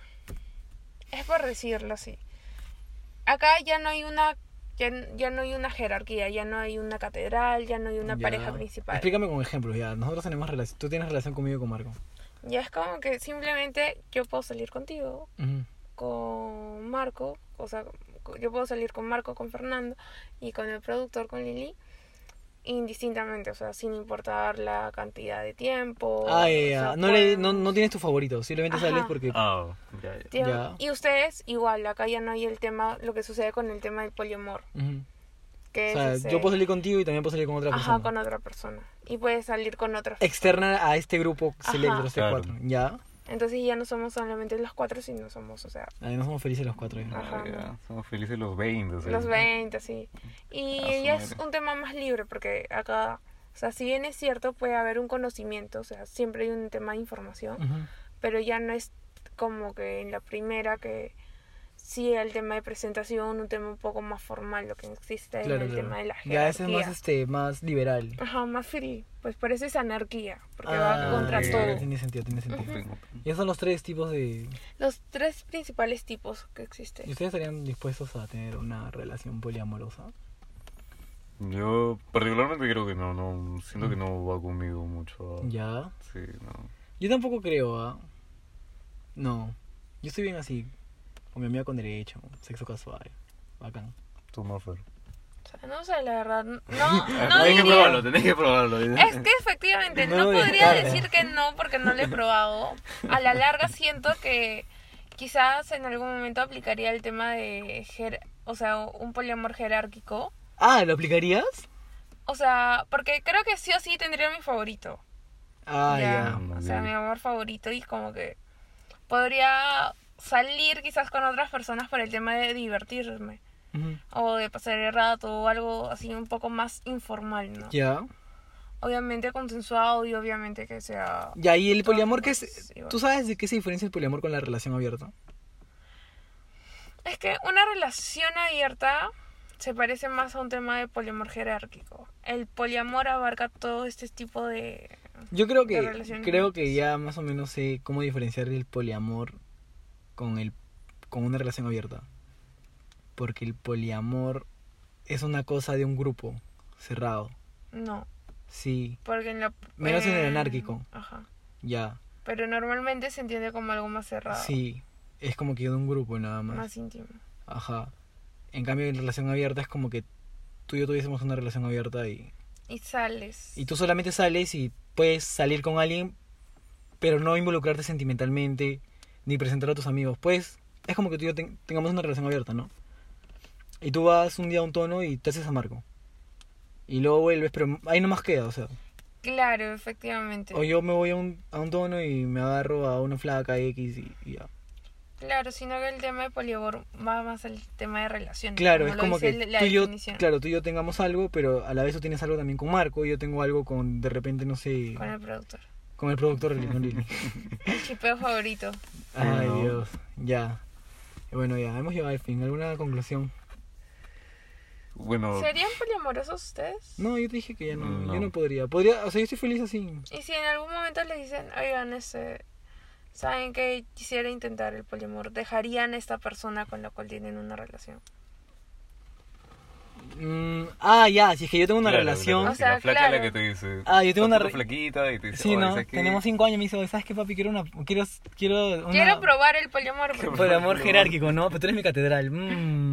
Es por decirlo así. Acá ya no hay una ya, ya no hay una jerarquía, ya no hay una catedral, ya no hay una
Ya.
pareja principal.
Explícame con ejemplos, ya. Nosotros tenemos relación, tú tienes relación conmigo y con Marco.
Ya es como que simplemente yo puedo salir contigo,
Ujú.
con Marco, o sea, co- yo puedo salir con Marco, con Fernando y con el productor, con Lili, indistintamente, o sea, sin importar la cantidad de tiempo.
Ay,
o
Ah, ya.
sea,
No, le, no,
cuándo.
no tienes tu favorito, simplemente
Oh, Ajá.
sales porque...
Ah, ya, ya.
Tien-
ya.
Y ustedes, igual, acá ya no hay el tema, lo que sucede con el tema del poliamor.
Ujú.
Que
O sea,
es ese-
yo puedo salir contigo y también puedo salir con otra persona.
Ajá, con otra persona. Y puedes salir con otra.
Externa a este grupo selecto,
Ajá.
este
Claro.
cuatro. Ya.
Entonces ya no somos solamente los cuatro, sino somos, o sea,
Ahí nos somos felices los cuatro. ya.
Ajá.
Ah, ya. Somos felices los 20. o sea,
Los 20, sí. Y
Ah, su
ya es
madre.
un tema más libre porque acá, o sea, si bien es cierto, puede haber un conocimiento, o sea, siempre hay un tema de información,
Ujú.
pero ya no es como que en la primera que sí el tema de presentación, un tema un poco más formal, lo que existe en
Claro,
el
claro.
tema de la
Ya ese
jerarquía.
es más, este, más liberal.
Ajá, más free. Pues por eso es anarquía, porque
Ah,
va contra
ok.
todo.
Tiene sentido, tiene sentido.
Open, open.
Y esos son los tres tipos de...
Los tres principales tipos que existen.
¿Y ustedes estarían dispuestos a tener una relación poliamorosa?
Yo particularmente creo que no, no, siento que no va conmigo mucho. ah.
Mm. Ya.
Sí, no.
Yo tampoco creo, ¿ah? No. Yo estoy bien así. Con mi amiga con derecho, sexo casual. Bacán.
Tú más, Fer.
O sea, no sé, la verdad, no,
Ah,
no
Ah, tenés que
diría-
probarlo, tenés que probarlo.
Es que efectivamente
No
no,
lo
podría
descarto.
decir que no porque no lo he probado. A la larga siento que quizás en algún momento aplicaría el tema de, jer- o sea, un poliamor jerárquico.
Ah, ¿lo aplicarías?
O sea, porque creo que sí o sí tendría mi favorito.
Ah,
ya.
ya.
ya.
O sea, mi amor favorito y como que podría salir quizás con otras personas por el tema de divertirme
Ujú.
o de pasar el rato o algo así un poco más informal, ¿no?
Ya.
Obviamente consensuado y obviamente que sea
Y ahí el poliamor que es...
Sí, bueno.
¿Tú sabes de qué se diferencia el poliamor con la relación abierta?
Es que una relación abierta se parece más a un tema de poliamor jerárquico. El poliamor abarca todo este tipo de...
Yo creo que
de relaciones
creo que ya más o menos sé cómo diferenciar el poliamor con el con una relación abierta. Porque el poliamor es una cosa de un grupo cerrado.
No,
Sí,
porque en la...
Menos en el anárquico.
Ajá.
ya.
Pero normalmente se entiende como algo más cerrado.
Sí, es como que de un grupo nada más.
Más íntimo.
Ajá. En cambio, en relación abierta es como que tú y yo tuviésemos una relación abierta y
Y sales.
y tú solamente sales y puedes salir con alguien, pero no involucrarte sentimentalmente, ni presentar a tus amigos. Pues es como que tú y yo ten- tengamos una relación abierta, ¿no? Y tú vas un día a un tono y te haces amargo. Y luego vuelves, pero ahí nomás queda, o sea.
Claro, efectivamente.
O yo me voy a un, a un tono y me agarro a una flaca X y, y ya.
Mm, Claro, sino que el tema de poliamor va más al tema de relaciones.
Claro, es como
lo
que
dice la
tú y, yo,
definición.
claro, tú y yo tengamos algo, pero a la vez tú tienes algo también con Marco, y yo tengo algo con, de repente, no sé,
Con el productor.
con el productor Lil- con Lil.
El chipeo favorito.
Ay,
no.
Dios, ya. Bueno, ya, hemos llegado al fin. ¿Alguna conclusión? Oh.
Bueno,
¿Serían poliamorosos ustedes?
No, yo te dije que ya no,
No.
yo no podría. Podría, o sea, yo estoy feliz así.
Y si en algún momento les dicen, oigan, este, saben que quisiera intentar el poliamor, ¿dejarían a esta persona con la cual tienen una relación?
Mm, ah, ya, si es que yo tengo una
claro,
relación.
claro,
O
si la
sea,
flaca es la
claro.
que te dice.
Ah, yo tengo
"Está
una
un poco
re-
flaquita y te dice,
Sí,
"Oye,
¿no?
¿sabes qué?
Tenemos cinco años, me dice, ¿sabes qué, papi? Quiero una, quiero, quiero una...
Quiero probar el poliamor. porque-
Por amor jerárquico, ¿no? Pero tú eres mi catedral. Mm.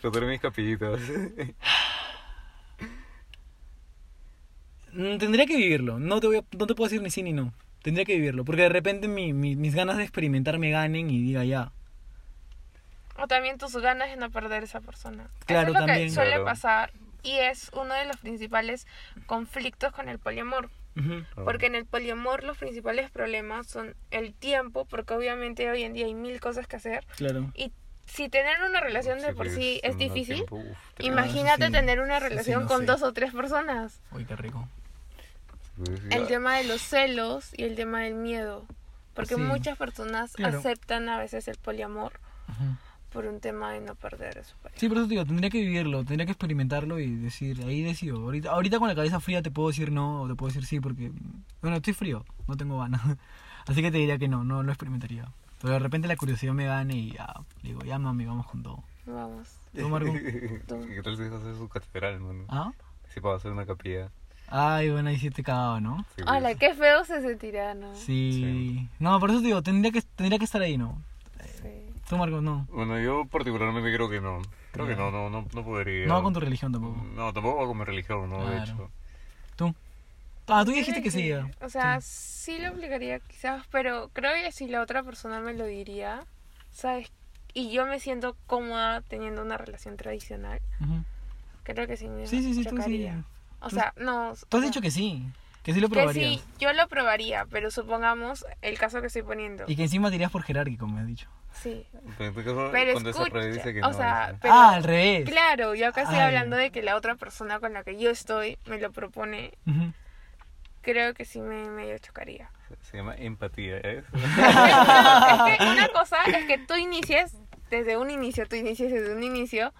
Rotar mis capillitas.
Mm, Tendría que vivirlo. No te, voy a- no te puedo decir ni sí ni no. Tendría que vivirlo. Porque de repente mi- mi- mis ganas de experimentar me ganen y diga ya.
O también tus ganas de no perder esa persona.
Claro,
Eso es lo
también.
que suele
Claro.
pasar y es uno de los principales conflictos con el poliamor.
Ujú.
Porque en el poliamor los principales problemas son el tiempo, porque obviamente hoy en día hay mil cosas que hacer.
Claro.
Y si tener una relación de
Sí,
por
pues,
sí
en
es
un
difícil,
tiempo, uf, te-
imagínate
sí.
tener una
Sí, sí,
relación
no
con
sé.
dos o tres personas.
Uy, qué rico.
pues, ya.
El tema de los celos y el tema del miedo. Porque
Sí.
muchas personas
Claro.
aceptan a veces el poliamor
Ujú.
por un tema de no perder a su pareja.
Sí, por eso te digo, tendría que vivirlo, tendría que experimentarlo y decir, ahí decido. Ahorita, ahorita con la cabeza fría te puedo decir no o te puedo decir sí porque, bueno, estoy frío, no tengo ganas. Así que te diría que no, no lo experimentaría. Pero de repente la curiosidad me gane y ya, le digo, ya mami, vamos con todo.
Vamos.
¿Tú, Marco?
¿Y ¿Qué tal si vas a hacer su catedral, mano?
¿Ah?
Si vas a hacer una capilla.
Ay, bueno, ahí sí te cagaba, ¿no?
sí, pues.
Hola, qué feo se sentirá, ¿no?
Sí.
Sí.
No, por eso te digo, tendría que, tendría que estar ahí, ¿no?
Sí.
Tú, Marco, no.
Bueno, yo particularmente creo que no. Creo que no, no, no, no podría.
No va con tu religión tampoco.
No, tampoco va con mi religión, ¿no? De
Claro.
hecho.
Tú. Ah, tú dijiste que sí. ya.
O sea, sí lo obligaría quizás, pero creo que si la otra persona me lo diría, ¿sabes? Y yo me siento cómoda teniendo una relación tradicional,
Ujú.
creo que sí me
Sí, sí, sí, tú sí.
chocaría. O sea, no...
Tú
o sea,
has dicho que sí, que sí lo
que
probarías.
sí, yo lo probaría, pero supongamos el caso que estoy poniendo.
Y que encima dirías por jerárquico, me has dicho.
Sí,
Pero en tu caso,
pero
cuando se
escucha,
re- dice que
o
no.
sea,
dice.
pero-
ah, al revés.
claro, yo acá estoy
Ay.
hablando de que la otra persona con la que yo estoy me lo propone,
Ujú.
creo que sí me medio chocaría.
Se llama empatía, ¿eh?
es que una cosa es que tú inicies desde un inicio, tú inicies desde un inicio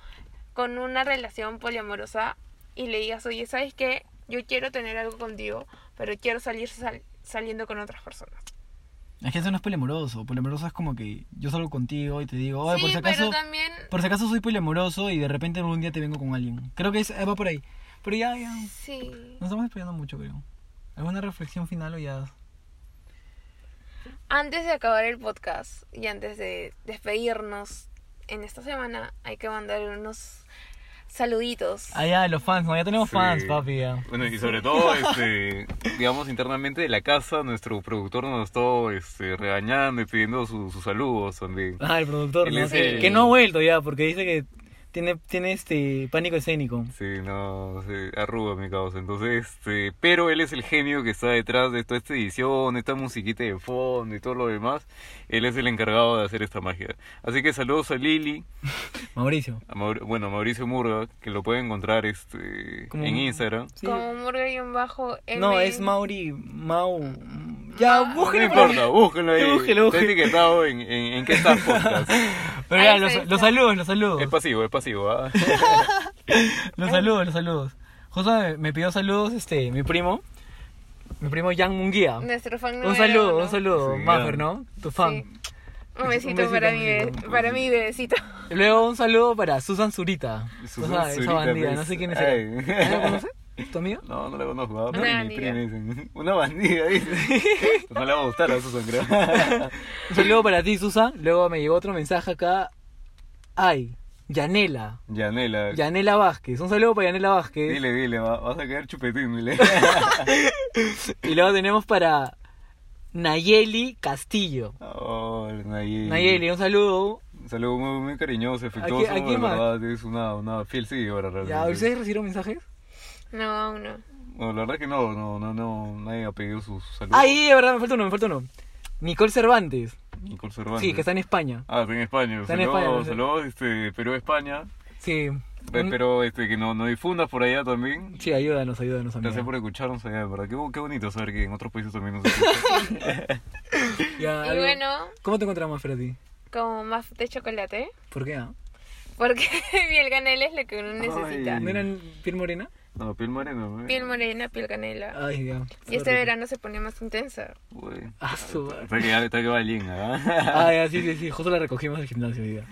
con una relación poliamorosa y le digas, oye, ¿sabes qué? Yo quiero tener algo contigo, pero quiero salir sal- saliendo con otras personas.
Es que eso no es poliamoroso. Poliamoroso es como que yo salgo contigo y te digo, oye,
sí,
por si
pero
acaso,
también...
por si acaso soy poliamoroso y de repente algún día te vengo con alguien. Creo que es, eh, va por ahí. Pero ya, ya, nos
Sí.
estamos esperando mucho, creo. ¿Alguna reflexión final o ya?
Antes de acabar el podcast y antes de despedirnos en esta semana, hay que mandar unos saluditos.
Ah, ya, los fans, no, ya tenemos
Sí.
fans, papi, ya.
Bueno, y sobre todo, este, digamos, internamente de la casa, nuestro productor nos está este, regañando y pidiendo su- sus saludos también.
Ah, el productor,
Él
¿no?
es el-
Que no ha vuelto ya, porque dice que tiene, tiene este pánico escénico.
Sí, no, sí, arruga mi causa. Entonces, este, pero él es el genio que está detrás de toda esta edición, esta musiquita de fondo y todo lo demás. Él es el encargado de hacer esta magia. Así que saludos a Lili,
Mauricio.
a Maur- bueno, a Mauricio Murga, que lo pueden encontrar este,
Como-
en Instagram.
Sí.
Como Murga y un bajo M.
No, es Mauri, Mau.
Ah,
Ya,
No
búsquenlo. por
importa, búsquenlo ahí.
Búsquelo,
Está
búsquelo.
etiquetado en, en, en qué está podcast.
Pero
Ahí
ya,
se
los,
está.
los saludos, los saludos.
Es pasivo, es pasivo. ¿ah?
Los saludos, los saludos. José me, me pidió saludos, este, mi primo. Mi primo Yang Munguía.
Nuestro fan
Un
número
saludo,
uno.
un saludo,
Sí,
Maffer,
gran.
¿no? Tu fan.
Sí. Un besito,
Un besito,
para,
un
mi
besito.
bebé- para mi bebecito.
Luego un saludo para Susan Zurita.
Susan
Tú sabes,
Zurita,
esa bandida,
pues.
no sé quién es.
Ay.
ella. ¿La conoces? ¿Tu amiga?
No, no la conozco. ah,
Una
primi,
bandida.
primi, dicen. Una bandida, dice. No le va a gustar a Susan, creo.
Un saludo para ti, Susan. Luego me llegó otro mensaje acá. Ay, Yanela.
Yanela.
Yanela Vázquez. Un saludo para Yanela Vázquez.
Dile, dile, va- vas a quedar chupetín, dile.
Y luego tenemos para Nayeli Castillo.
Oh, Nayeli.
Nayeli, un saludo.
Un saludo muy, muy cariñoso, afectuoso.
¿A quién
de
más?
verdad, es una, una fiel seguidora realmente.
Ya, ¿ustedes recibieron mensajes?
No, aún no.
No, la verdad que no, no, no, no, nadie ha pedido sus saludos.
Ay, de verdad, me falta uno, me falta uno. Nicole Cervantes.
Nicole Cervantes.
Sí, que está en España.
Ah, está en España.
Está en
saludos,
España, sí.
saludos, este, Perú, España.
Sí.
Pe-
Un-
Pero este, que no, no difundas por allá también.
Sí, ayúdanos, ayúdanos,
Gracias
amiga.
por escucharnos allá, de verdad. Qué, bo- qué bonito saber que en otros países también nos escuchan.
Ya,
Y
algo-
bueno,
¿Cómo te encontramos, Freddy?
como más de chocolate,
¿Por qué? ah?
porque piel canela es lo que uno necesita.
Ay.
¿No eran piel morena?
No, piel morena. ¿eh?
Piel morena, piel canela.
Ay, ya.
Y este verano se pone más intensa.
Uy.
Ah, su...
Está que, está que va linda,
Ah, ya, sí, sí, sí. Justo la recogimos del gimnasio hoy día.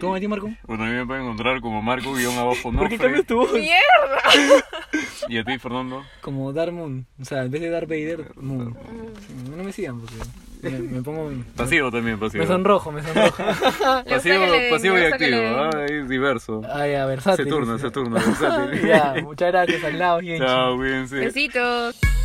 ¿Cómo a ti, Marco?
Bueno, a mí me pueden encontrar como Marco guión abajo
¿Por qué
Nofre.
cambias tu voz?
¡Mierda!
Y a ti, Fernando.
Como Darth Moon. O sea, en vez de Darth Vader, Moon. Sí, No no me sigan porque me, me pongo...
Pasivo también, pasivo.
Me sonrojo, me sonrojo.
Le gusta
Pasivo,
que le-
pasivo
le
y
gusta que
activo,
le-
¿ah? es diverso.
Ay, a
Se
versátil. Ờ,
turna, se turna, versátil.
dạ,
Dạ,
Ya, muchas gracias, al lado, Genchi.
Chao, cuídense.
Besitos.